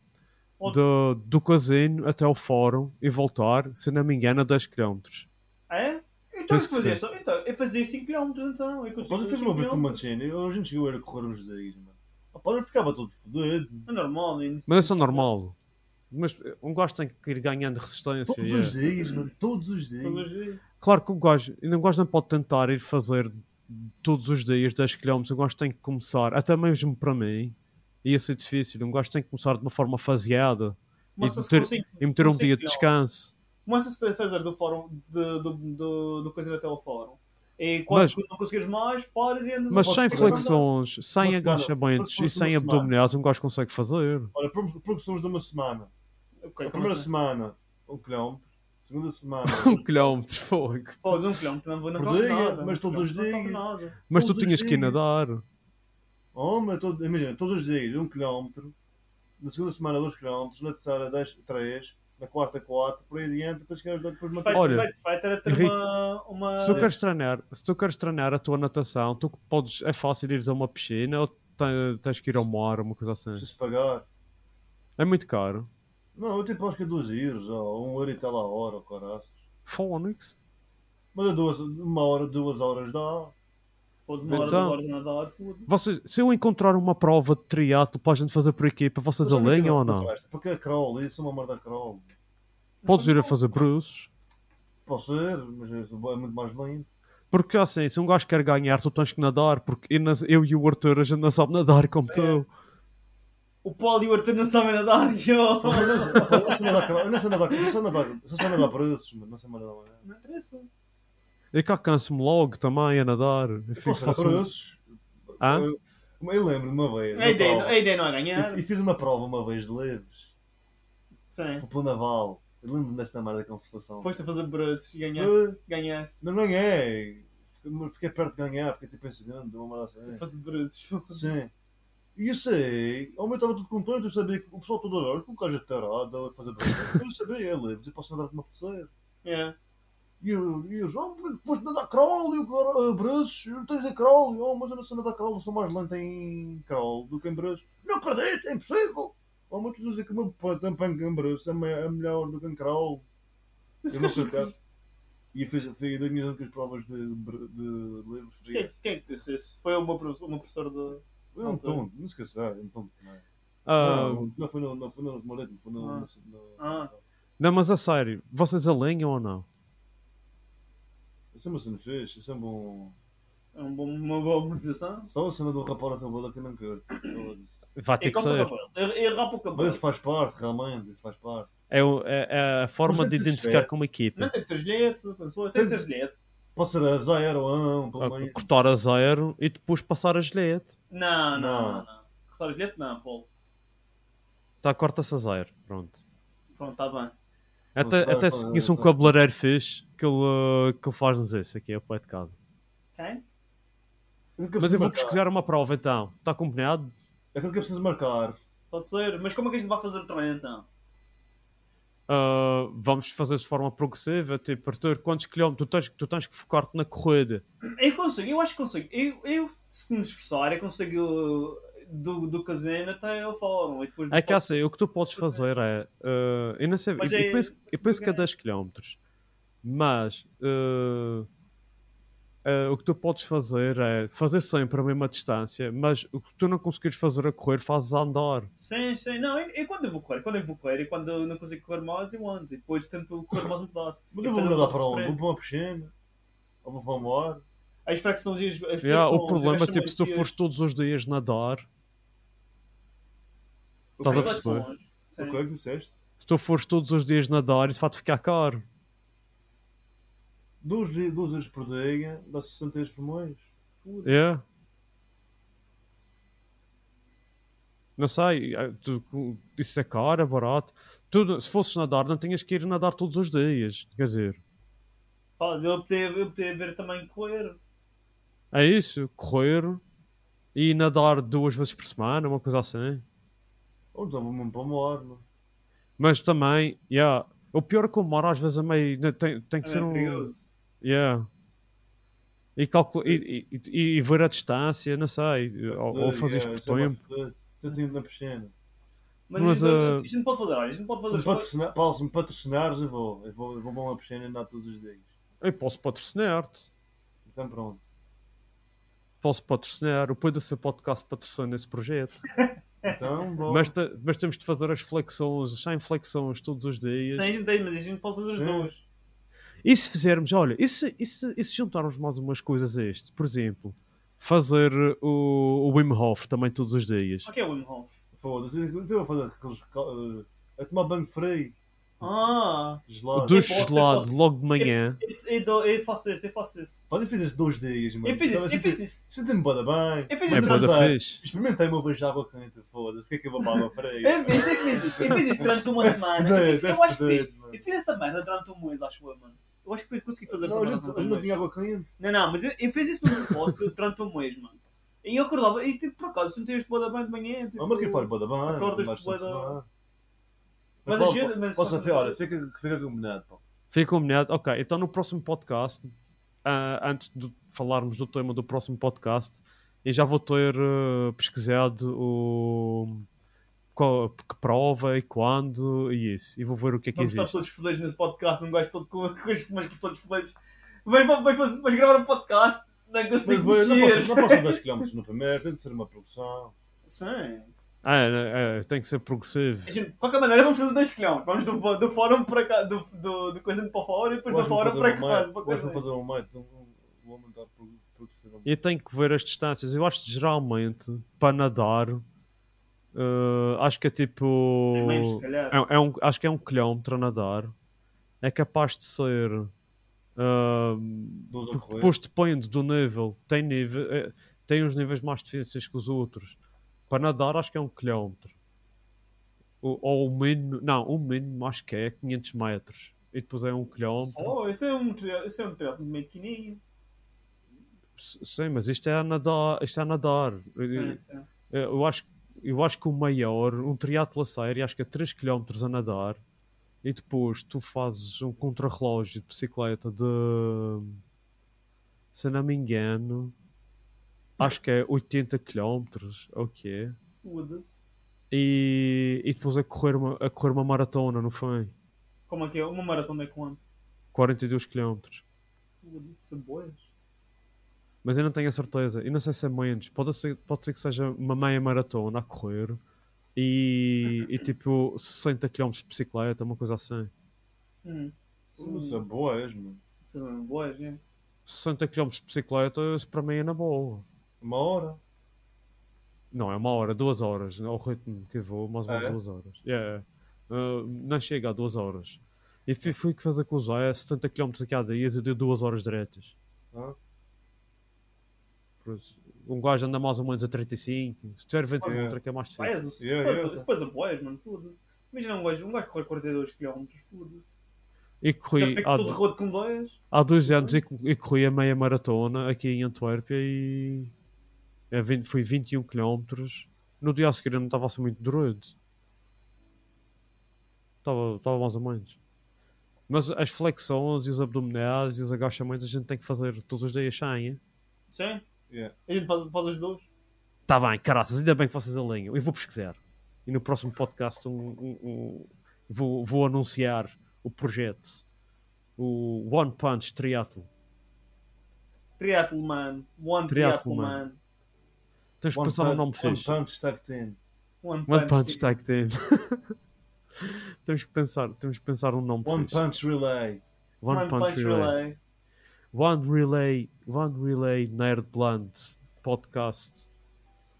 [SPEAKER 3] Ou-
[SPEAKER 1] do, do casino até ao fórum e voltar, se não me engano, a 10 km.
[SPEAKER 3] É? Então eu
[SPEAKER 1] Penso que
[SPEAKER 3] fazia,
[SPEAKER 1] sim.
[SPEAKER 3] só, então, eu fazia 5 km então. Eu consigo
[SPEAKER 2] Pode
[SPEAKER 3] fazer
[SPEAKER 2] ser uma
[SPEAKER 3] 5
[SPEAKER 2] vez com o
[SPEAKER 3] km.
[SPEAKER 2] Mancini. Eu- A gente chegou a ir a correr uns dias, mano. Ah, pá, eu ficava todo fodido.
[SPEAKER 3] É normal, menino.
[SPEAKER 1] Mas isso é normal. Mas eh, um gajo tem que ir ganhando resistência.
[SPEAKER 2] Todos
[SPEAKER 1] yeah.
[SPEAKER 2] os dias, mano. Todos os
[SPEAKER 3] Todos
[SPEAKER 2] dias.
[SPEAKER 3] os dias.
[SPEAKER 1] Claro que um gajo, e um gajo não pode tentar ir fazer todos os dias 10 km. Um gajo tem que começar, até mesmo para mim, ia ser difícil. Um gajo tem que começar de uma forma faseada
[SPEAKER 3] Começa-se
[SPEAKER 1] meter-
[SPEAKER 3] com cinco-
[SPEAKER 1] e meter
[SPEAKER 3] com
[SPEAKER 1] um
[SPEAKER 3] cinco
[SPEAKER 1] dia de
[SPEAKER 3] quilómetros.
[SPEAKER 1] descanso.
[SPEAKER 3] Começa-se a fazer do fórum, de, do, do, do coisinho até ao fórum. E quando
[SPEAKER 1] Mas-
[SPEAKER 3] não conseguires mais, pares e andas
[SPEAKER 1] Mas
[SPEAKER 3] a-
[SPEAKER 1] sem
[SPEAKER 2] fazer
[SPEAKER 1] flexões, sem
[SPEAKER 2] Uma semana.
[SPEAKER 1] agachamentos e
[SPEAKER 2] Uma
[SPEAKER 1] sem
[SPEAKER 2] semana.
[SPEAKER 1] abdominais, um gajo consegue fazer.
[SPEAKER 2] Olha, pro- progressões de uma semana.
[SPEAKER 3] Ok, então,
[SPEAKER 2] A primeira
[SPEAKER 3] começa.
[SPEAKER 2] semana, 1 km. Segunda semana,
[SPEAKER 1] Um quilómetro, fogo.
[SPEAKER 3] Pô, de um quilómetro não vou não
[SPEAKER 2] Por
[SPEAKER 3] corre
[SPEAKER 2] dia,
[SPEAKER 3] nada.
[SPEAKER 2] mas
[SPEAKER 3] Um
[SPEAKER 2] todos os
[SPEAKER 3] quilómetro
[SPEAKER 2] dias.
[SPEAKER 3] Não corre nada.
[SPEAKER 1] Mas tu
[SPEAKER 2] Todos os
[SPEAKER 1] tinhas que ir
[SPEAKER 2] dias.
[SPEAKER 1] nadar.
[SPEAKER 2] é Homem, todo, imagina, todos os dias, 1 km, na segunda semana 2 km, na terceira 10, 3, na quarta 4, por aí adiante, depois que depois
[SPEAKER 3] Fight,
[SPEAKER 2] matar.
[SPEAKER 1] Olha,
[SPEAKER 3] fight, fight era ter
[SPEAKER 1] Henrique,
[SPEAKER 3] uma, uma.
[SPEAKER 1] Se tu, queres treinar, se tu queres treinar a tua natação, tu podes, é fácil ires a uma piscina ou te- tens que ir ao mar, uma coisa assim.
[SPEAKER 2] Preciso pagar.
[SPEAKER 1] É muito caro.
[SPEAKER 2] Não, eu tipo acho que é 2 euros, ou 1 euro e tal a hora, ou caraças.
[SPEAKER 1] Phonics?
[SPEAKER 2] Mas a duas, uma hora, duas horas dá.
[SPEAKER 3] Podes uma hora,
[SPEAKER 1] Então.
[SPEAKER 3] duas horas na dada, foda-se.
[SPEAKER 1] Vocês, se eu encontrar uma prova de triatlo para a gente fazer por equipa,
[SPEAKER 2] Mas
[SPEAKER 1] vocês
[SPEAKER 2] eu
[SPEAKER 1] alinham
[SPEAKER 2] quero
[SPEAKER 1] ou não?
[SPEAKER 2] contraste, Porque é crawl, isso é uma merda crawl.
[SPEAKER 1] Podes ir a fazer bruços.
[SPEAKER 2] Pode ser, mas é muito mais lindo.
[SPEAKER 1] Porque assim, se um gajo quer ganhar, tu tens que nadar, porque eu, nas- eu e o Arthur a gente não sabe nadar como tu.
[SPEAKER 3] O Paulo e o Arthur não sabem nadar. Eu...
[SPEAKER 2] Mas eu não- rapaz, eu não sei nadar crawl, eu não sei nadar, eu só nadar, eu só nadar preços, mas não sei mais nada.
[SPEAKER 3] Não interessa.
[SPEAKER 1] Eu cá canso-me logo também a nadar. Eu fico
[SPEAKER 2] Posso
[SPEAKER 1] faço... um-
[SPEAKER 2] nadar preços?
[SPEAKER 1] Hã?
[SPEAKER 2] Eu, eu lembro de uma vez.
[SPEAKER 3] A
[SPEAKER 2] na
[SPEAKER 3] ideia,
[SPEAKER 2] prova,
[SPEAKER 3] a ideia não é ganhar.
[SPEAKER 2] e, e fiz uma prova uma vez de leves.
[SPEAKER 3] Sim.
[SPEAKER 2] Fui para o Naval. Eu lembro-me desta merda como se fosse ontem.
[SPEAKER 3] Foste a fazer braços e ganhaste. Ganhaste.
[SPEAKER 2] Não ganhei. Fiquei, fiquei perto de ganhar, fiquei tipo em segundo, uma merda assim.
[SPEAKER 3] Fazer braços.
[SPEAKER 2] Sim. E eu sei, ao meu estava tudo contente, eu sabia que o pessoal todo a ver com o gajo é tarado, a fazer barulho. Eu sabia, é leves, eu posso nadar como apetecer.
[SPEAKER 3] Yeah.
[SPEAKER 2] E eu, e eu João, por que foste nadar crawl? E o cara, braços, eu não tens de crawl. Eu, Oh, mas eu não sei nadar crawl, eu sou mais lento em crawl do que em braços. Não acredito, é impossível. Há muitas vezes que o meu pa- tampão em braços é me- é melhor do que em crawl. Eu não sei o que é. E eu fiz, foi das minhas únicas provas de, br- de livros. fiz
[SPEAKER 3] Quem,
[SPEAKER 2] essa.
[SPEAKER 3] quem é que disse isso? Foi uma, prof- uma professora de.
[SPEAKER 2] Eu não estou, não esqueci, não estou.
[SPEAKER 1] Ah,
[SPEAKER 2] Não, não foi no, não foi no Moreto, foi no...
[SPEAKER 3] Ah.
[SPEAKER 2] no- no-
[SPEAKER 3] Ah.
[SPEAKER 1] não, mas a sério, vocês alinham ou não?
[SPEAKER 2] Isso é uma cena fixe, isso é um bom...
[SPEAKER 3] É um bom- uma boa amortização.
[SPEAKER 2] Só a cena do rapar na bola que eu não quero. Eu disse.
[SPEAKER 1] Vai ter
[SPEAKER 3] E
[SPEAKER 1] que
[SPEAKER 3] corta o
[SPEAKER 1] ser.
[SPEAKER 3] cabelo. E- e rapa o
[SPEAKER 2] Mas isso
[SPEAKER 3] cabelo.
[SPEAKER 2] faz parte, realmente, isso faz parte.
[SPEAKER 1] É, o- é- é a forma
[SPEAKER 2] Não sei
[SPEAKER 1] de
[SPEAKER 2] se
[SPEAKER 1] identificar
[SPEAKER 2] escreve.
[SPEAKER 1] com uma equipa.
[SPEAKER 3] Não tem que ser gilete, pensou? Tem que ser gilete.
[SPEAKER 2] Pode ser a zero, a um, pelo menos.
[SPEAKER 1] Ah, cortar a zero e depois passar a gilete.
[SPEAKER 3] Não, não,
[SPEAKER 2] Não.
[SPEAKER 3] não. não. Cortar gilete não, Paulo.
[SPEAKER 1] Tá, corta-se a zero. Pronto.
[SPEAKER 3] Pronto, está bem.
[SPEAKER 1] Até,
[SPEAKER 2] sei,
[SPEAKER 1] até
[SPEAKER 2] pá,
[SPEAKER 1] se isso um
[SPEAKER 2] tá.
[SPEAKER 1] cabeleireiro fixe que ele, ah, que ele faz-nos isso aqui a pé de casa.
[SPEAKER 3] Quem?
[SPEAKER 2] É
[SPEAKER 1] Mas eu
[SPEAKER 2] marcar.
[SPEAKER 1] vou
[SPEAKER 2] É
[SPEAKER 1] pesquisar uma prova então. Está combinado?
[SPEAKER 2] Aquilo que eu preciso marcar.
[SPEAKER 3] Pode ser. Mas como é que a gente vai fazer o treino então?
[SPEAKER 1] Ah, vamos fazer de forma progressiva, tipo, Arthur, quantos quilómetros tu tens, tu tens que focar-te na corrida?
[SPEAKER 3] Eu consigo, eu acho que consigo. Eu, eu se me esforçar, eu consigo do, do casino até ao fórum. E depois do
[SPEAKER 1] É que
[SPEAKER 3] fórum-
[SPEAKER 1] assim, o que tu podes fazer é. ah, eu não sei,
[SPEAKER 3] Mas
[SPEAKER 1] eu,
[SPEAKER 3] é-
[SPEAKER 1] eu penso, eu
[SPEAKER 3] mas
[SPEAKER 1] penso que é
[SPEAKER 3] é-
[SPEAKER 1] 10 quilómetros mas ah, ah, o que tu podes fazer é fazer sempre a mesma distância, mas o que tu não conseguires fazer a correr, fazes a andar.
[SPEAKER 3] Sim, sim. Não, eu, eu quando eu vou correr, quando eu vou correr e quando eu não consigo correr mais, eu ando. E depois tento correr mais um pedaço.
[SPEAKER 2] Mas
[SPEAKER 3] E
[SPEAKER 2] eu vou
[SPEAKER 3] fazer um
[SPEAKER 2] nadar
[SPEAKER 3] passo
[SPEAKER 2] para onde? Vou
[SPEAKER 3] sprint.
[SPEAKER 2] para uma piscina? Ou vou para um mar?
[SPEAKER 3] As fracções e as. as
[SPEAKER 1] Yeah,
[SPEAKER 3] flexões,
[SPEAKER 1] o problema é
[SPEAKER 3] as
[SPEAKER 1] tipo, se tu
[SPEAKER 3] chamarias,
[SPEAKER 1] fores todos os dias nadar,
[SPEAKER 3] as
[SPEAKER 1] estás a
[SPEAKER 3] flexões.
[SPEAKER 1] perceber?
[SPEAKER 3] Sim.
[SPEAKER 2] O que é que disseste?
[SPEAKER 1] se tu fores todos os dias nadar, isso vai-te ficar caro.
[SPEAKER 2] Duas ve- duas vezes por dia, dá 60 euros por mês.
[SPEAKER 1] É. Não sei, eh, tu- isso é caro, é barato. Tu, se fosses nadar, não tinhas que ir nadar todos os dias. Quer dizer,
[SPEAKER 3] Pá, eu podia, eu podia ver também correr.
[SPEAKER 1] é isso, correr e nadar duas vezes por semana, uma coisa assim.
[SPEAKER 2] Ou então vou mesmo para o mar, não?
[SPEAKER 1] Mas também, yeah, o pior é que o mar às vezes é meio. né, Tem, tem que
[SPEAKER 3] É
[SPEAKER 1] ser um.
[SPEAKER 3] perigoso.
[SPEAKER 1] Yeah. E, calcula, e, e- e- e ver a distância, não sei, ou, ou fazer
[SPEAKER 2] Yeah, isso
[SPEAKER 1] isto
[SPEAKER 2] é
[SPEAKER 1] por
[SPEAKER 2] bué
[SPEAKER 1] tempo.
[SPEAKER 2] fedido. Tens ido na piscina.
[SPEAKER 3] Mas,
[SPEAKER 1] Mas,
[SPEAKER 3] isto, não-
[SPEAKER 1] ah,
[SPEAKER 3] isto não pode fazer, olha, isto não pode
[SPEAKER 2] Se
[SPEAKER 3] fazer.
[SPEAKER 2] me patrocinar, Paulo, se me patrocinares, eu vou. Eu vou, eu vou para uma piscina e andar todos os dias.
[SPEAKER 1] Eu posso patrocinar-te.
[SPEAKER 2] Então pronto.
[SPEAKER 1] posso patrocinar, o Põe do seu podcast patrocina esse projeto.
[SPEAKER 2] Então, bom.
[SPEAKER 1] Mas, te- mas temos de fazer as flexões, sem flexões todos os dias.
[SPEAKER 3] Sim, a gente tem, mas isto não pode fazer os
[SPEAKER 2] Sim.
[SPEAKER 3] dois.
[SPEAKER 1] E se fizermos, olha, e se, e se- e se juntarmos mais umas coisas a este? Por exemplo, fazer o, o Wim Hof também todos os dias.
[SPEAKER 3] O que é o Wim Hof?
[SPEAKER 2] Foda-se, eu eu vou fazer aqueles. cal- eh, a tomar banho frio,
[SPEAKER 3] Ah!
[SPEAKER 2] gelado.
[SPEAKER 1] Dois
[SPEAKER 3] eu posso, eu
[SPEAKER 1] gelados
[SPEAKER 3] posso.
[SPEAKER 1] logo de manhã.
[SPEAKER 3] Eu- Eu, dou- eu faço isso, eu faço isso.
[SPEAKER 2] Pá, eu fiz isso dois dias, mano. Então,
[SPEAKER 3] Eu fiz isso, eu
[SPEAKER 2] Senti-
[SPEAKER 3] fiz isso.
[SPEAKER 2] Senti-me bada bem.
[SPEAKER 3] Eu fiz
[SPEAKER 1] É
[SPEAKER 3] isso.
[SPEAKER 1] bué da
[SPEAKER 3] durante-
[SPEAKER 2] Pensei,
[SPEAKER 1] fixe.
[SPEAKER 2] Experimentei uma vez de água quente, foda-se. Porquê que eu vou para a água
[SPEAKER 3] Eu
[SPEAKER 2] fria?
[SPEAKER 3] fiz eu fiz isso, eu fiz isso durante uma semana. É, Eu, fiz, eu acho que fiz. Eu fiz essa merda durante um mês, acho eu, mano. Eu acho que eu consegui fazer essa
[SPEAKER 2] Não, a
[SPEAKER 3] merda.
[SPEAKER 2] gente, a
[SPEAKER 3] durante
[SPEAKER 2] gente
[SPEAKER 3] um
[SPEAKER 2] não
[SPEAKER 3] mês.
[SPEAKER 2] tinha água quente.
[SPEAKER 3] Não, não, mas eu, eu fiz isso no propósito durante um mês, mano. E eu acordava, e tipo, por acaso, senti este boda bem de manhã. Tipo,
[SPEAKER 2] Ah, mas quem faz boa da bem?
[SPEAKER 3] Acordas
[SPEAKER 2] mas
[SPEAKER 3] de bué da-
[SPEAKER 2] não sei.
[SPEAKER 3] Mas
[SPEAKER 2] Mas
[SPEAKER 3] a gente- mas-
[SPEAKER 2] Posso afirmar, olha, fica, fica combinado, pá.
[SPEAKER 1] Fica combinado. Ok, então no próximo podcast, ah, antes de falarmos do tema do próximo podcast, eu já vou ter eh, pesquisado o... qual- que prova e quando e isso. E vou ver o que é que
[SPEAKER 3] Vamos estar todos
[SPEAKER 1] existe.
[SPEAKER 3] fodidos nesse podcast, um gajo todo com, com os mas todos fodidos. Mas, mas, mas, mas gravar um podcast, não
[SPEAKER 2] Mas
[SPEAKER 3] consigo
[SPEAKER 2] vou- não
[SPEAKER 3] mexer.
[SPEAKER 2] posso- não posso 10 km no primeiro, tem de ser uma produção.
[SPEAKER 3] Sim.
[SPEAKER 1] Ah, é, é, tem que ser progressivo.
[SPEAKER 3] A gente, de qualquer maneira, vamos fazer 2 km. Vamos do, do fórum para cá, do, do, do coisa para fora e depois do
[SPEAKER 2] Vais-me
[SPEAKER 3] fórum
[SPEAKER 2] fazer
[SPEAKER 3] para
[SPEAKER 2] um
[SPEAKER 3] cá.
[SPEAKER 2] mate,
[SPEAKER 3] uma coisa
[SPEAKER 2] vais-me
[SPEAKER 3] assim.
[SPEAKER 2] fazer um mate, um- vou aumentar pro- progressivamente.
[SPEAKER 1] Eu tenho que ver as distâncias. Eu acho que geralmente, para nadar, eh, acho que é tipo.
[SPEAKER 3] É menos, se calhar.
[SPEAKER 1] é- é um- acho que é um quilómetro a nadar. É capaz de ser. ah,
[SPEAKER 2] Doze a
[SPEAKER 1] porque
[SPEAKER 2] correr.
[SPEAKER 1] depois depende do nível. Tem, nível eh, tem uns níveis mais difíceis que os outros. Para nadar, acho que é um quilómetro. Ou, ou o mínimo. Não, o mínimo acho que é 500 metros. E depois é um quilómetro.
[SPEAKER 3] Oh, esse é um triângulo, esse é um triângulo meio pequenininho.
[SPEAKER 1] S- Sim, mas isto é a nadar. Isto é a nadar.
[SPEAKER 3] Sim, sim.
[SPEAKER 1] Eh, eu acho, eu acho que o maior, um triatlo a sério, acho que é 3 km a nadar e depois tu fazes um contrarrelógio de bicicleta de, se eu não me engano, acho que é 80 km, ou o que é,
[SPEAKER 3] Foda-se.
[SPEAKER 1] e, e depois a correr, uma, a correr uma maratona no fim,
[SPEAKER 3] Como é que é? Uma maratona é quanto?
[SPEAKER 1] 42 km.
[SPEAKER 3] Foda-se, boias.
[SPEAKER 1] Mas eu não tenho a certeza, e não sei se é menos, pode ser, pode ser que seja uma meia maratona a correr e, e tipo 60 km de bicicleta, uma coisa assim.
[SPEAKER 3] Hum.
[SPEAKER 2] Isso é boa, és, mano.
[SPEAKER 3] São boias, né?
[SPEAKER 1] 60 km de bicicleta, isso para mim é na boa.
[SPEAKER 2] Uma hora.
[SPEAKER 1] Não, é uma hora, duas horas, né, ao ritmo que eu vou, mais ou menos
[SPEAKER 2] É?
[SPEAKER 1] duas horas. Yeah. Uh, não chega a duas horas. E fui, fui que fazer com o Zé 70 km a cada dia e deu duas horas diretas.
[SPEAKER 2] Ah.
[SPEAKER 1] Por isso, um gajo anda mais ou menos a 35, se tiver 20
[SPEAKER 2] Olha,
[SPEAKER 1] km é que é mais difícil.
[SPEAKER 3] Boias, isso
[SPEAKER 2] Yeah, yeah.
[SPEAKER 3] depois a boias, mano, foda-se. Imagina um gajo, um gajo correr 42 km, foda-se.
[SPEAKER 1] E
[SPEAKER 3] Já
[SPEAKER 1] corri
[SPEAKER 3] fica
[SPEAKER 1] há,
[SPEAKER 3] todo rodo com boias.
[SPEAKER 1] há dois anos e, e corri a meia maratona aqui em Antuérpia e é 20, fui 21 km. No dia a seguir eu não estava assim muito doido. Estava, estava mais ou menos. Mas as flexões e os abdominais e os agachamentos a gente tem que fazer todos os dias sem, hein?
[SPEAKER 3] Sim?
[SPEAKER 2] Yeah.
[SPEAKER 3] A gente faz, faz os dois.
[SPEAKER 1] Tá bem, caraças, ainda bem que vocês alinham. Eu vou pesquisar. E no próximo podcast um, um- um- vou, vou anunciar o projeto. O One Punch Triathlon.
[SPEAKER 3] Triatlo, mano. One
[SPEAKER 1] Triatlo
[SPEAKER 3] triatlo,
[SPEAKER 1] Man.
[SPEAKER 3] mano.
[SPEAKER 1] Temos que
[SPEAKER 2] One
[SPEAKER 1] pensar num
[SPEAKER 2] punch-
[SPEAKER 1] nome fixe.
[SPEAKER 2] One punch tag team.
[SPEAKER 3] One
[SPEAKER 1] One Punch
[SPEAKER 3] Team.
[SPEAKER 1] Tag Team. temos que pensar, temos que pensar um nome
[SPEAKER 2] One
[SPEAKER 1] fixe.
[SPEAKER 2] punch relay.
[SPEAKER 1] One, Punch, Relay. One Relay, One Relay Nerdland Podcast.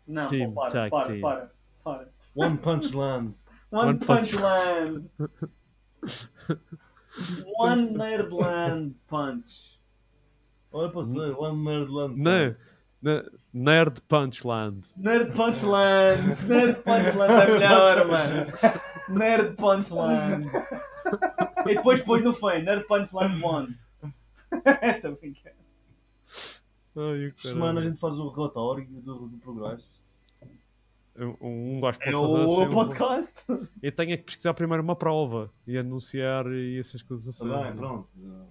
[SPEAKER 3] Não,
[SPEAKER 1] Team
[SPEAKER 3] pô, para,
[SPEAKER 1] Tag
[SPEAKER 3] para,
[SPEAKER 1] Team.
[SPEAKER 3] para, para.
[SPEAKER 2] One punch land.
[SPEAKER 3] One,
[SPEAKER 1] One
[SPEAKER 3] Punch,
[SPEAKER 1] Punch-
[SPEAKER 3] Land. One Nerdland Punch.
[SPEAKER 2] Olha para dizer, one nerd land.
[SPEAKER 1] Não, ne- Nerd Punchland.
[SPEAKER 3] Nerd Punchland. Nerd Punchland é melhor, mano. Nerd Punchland. E depois pôs no fim, Nerd Punchland 1. Estou brincando.
[SPEAKER 1] Ai, o
[SPEAKER 2] Esta
[SPEAKER 1] caralho.
[SPEAKER 2] Semana a gente faz o relatório do, do progresso.
[SPEAKER 1] Um- Um gosto
[SPEAKER 3] É
[SPEAKER 1] pode fazer assim,
[SPEAKER 3] o
[SPEAKER 1] um-
[SPEAKER 3] podcast.
[SPEAKER 1] Eu tenho é que pesquisar primeiro uma prova e anunciar e essas coisas assim.
[SPEAKER 2] Tá bem, pronto. então tá.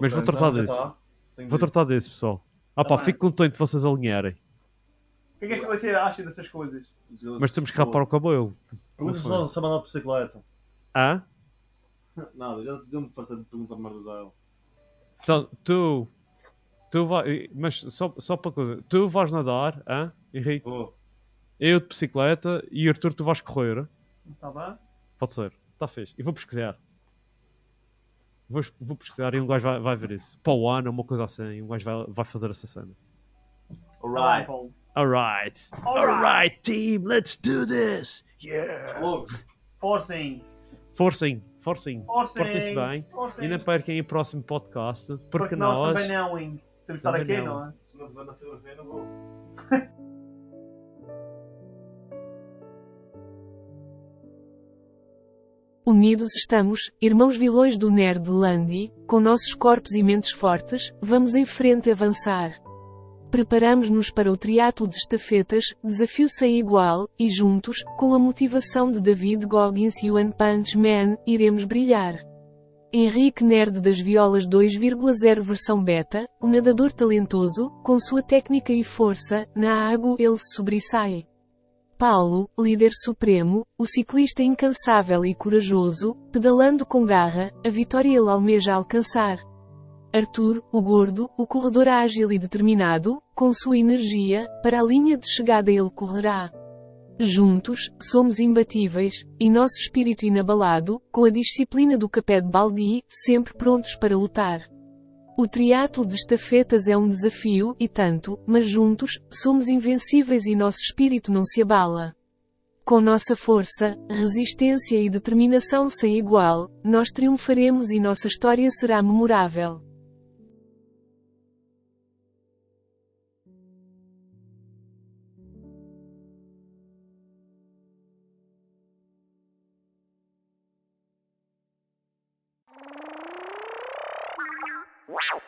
[SPEAKER 1] Mas vou tratar disso. Vou tratar disso, pessoal. Ah pá,
[SPEAKER 3] bem.
[SPEAKER 1] fico contente de vocês alinharem.
[SPEAKER 3] O que é que esta você acha dessas coisas?
[SPEAKER 1] Mas temos que rapar o cabelo.
[SPEAKER 2] Perguntas nós se mandar de bicicleta.
[SPEAKER 1] Hã?
[SPEAKER 2] Nada, já deu-me farta de perguntar merda a ela.
[SPEAKER 1] Então, tu. Tu vai. Mas só, só para coisa. Tu vais nadar, hã? Henrique?
[SPEAKER 2] Vou.
[SPEAKER 1] Eu de bicicleta e Arthur, tu vais correr.
[SPEAKER 3] Está Tá bem?
[SPEAKER 1] Pode ser. Está fixe. E vou pesquisar. Vou, vou pesquisar e um gajo vai, vai ver isso. Para o ano, uma coisa assim. Um gajo vai, vai fazer essa cena.
[SPEAKER 3] Está bem,
[SPEAKER 2] Alright.
[SPEAKER 3] Paulo.
[SPEAKER 1] Alright. Alright, team. Let's do this. Yeah.
[SPEAKER 2] Logo.
[SPEAKER 3] Forcings.
[SPEAKER 1] Forcem.
[SPEAKER 3] Forcem,
[SPEAKER 1] Forcem. Portem-se bem.
[SPEAKER 3] forcem.
[SPEAKER 1] E não perquem o próximo podcast. Porque,
[SPEAKER 3] Porque nós,
[SPEAKER 1] nós...
[SPEAKER 3] também não, hein? Temos de estar
[SPEAKER 1] Também
[SPEAKER 3] aqui,
[SPEAKER 1] não.
[SPEAKER 3] não é?
[SPEAKER 2] Se não tiver na segunda-feira, não vou.
[SPEAKER 4] Unidos estamos, irmãos vilões do Nerdlandi, com nossos corpos e mentes fortes, vamos em frente avançar. Preparamos-nos para o triatlo de estafetas, desafio sem igual, e juntos, com a motivação de David Goggins e One Punch Man, iremos brilhar. Henrique Nerd das Violas 2.0 versão beta, um nadador talentoso, com sua técnica e força, na água ele se sobressai. Paulo, líder supremo, o ciclista incansável e corajoso, pedalando com garra, a vitória ele almeja alcançar. Arthur, o gordo, o corredor ágil e determinado, com sua energia, para a linha de chegada ele correrá. Juntos, somos imbatíveis, e nosso espírito inabalado, com a disciplina do capé de Baldi, sempre prontos para lutar. O triatlo de estafetas é um desafio, e tanto, mas juntos, somos invencíveis e nosso espírito não se abala. Com nossa força, resistência e determinação sem igual, nós triunfaremos e nossa história será memorável.
[SPEAKER 5] Wow.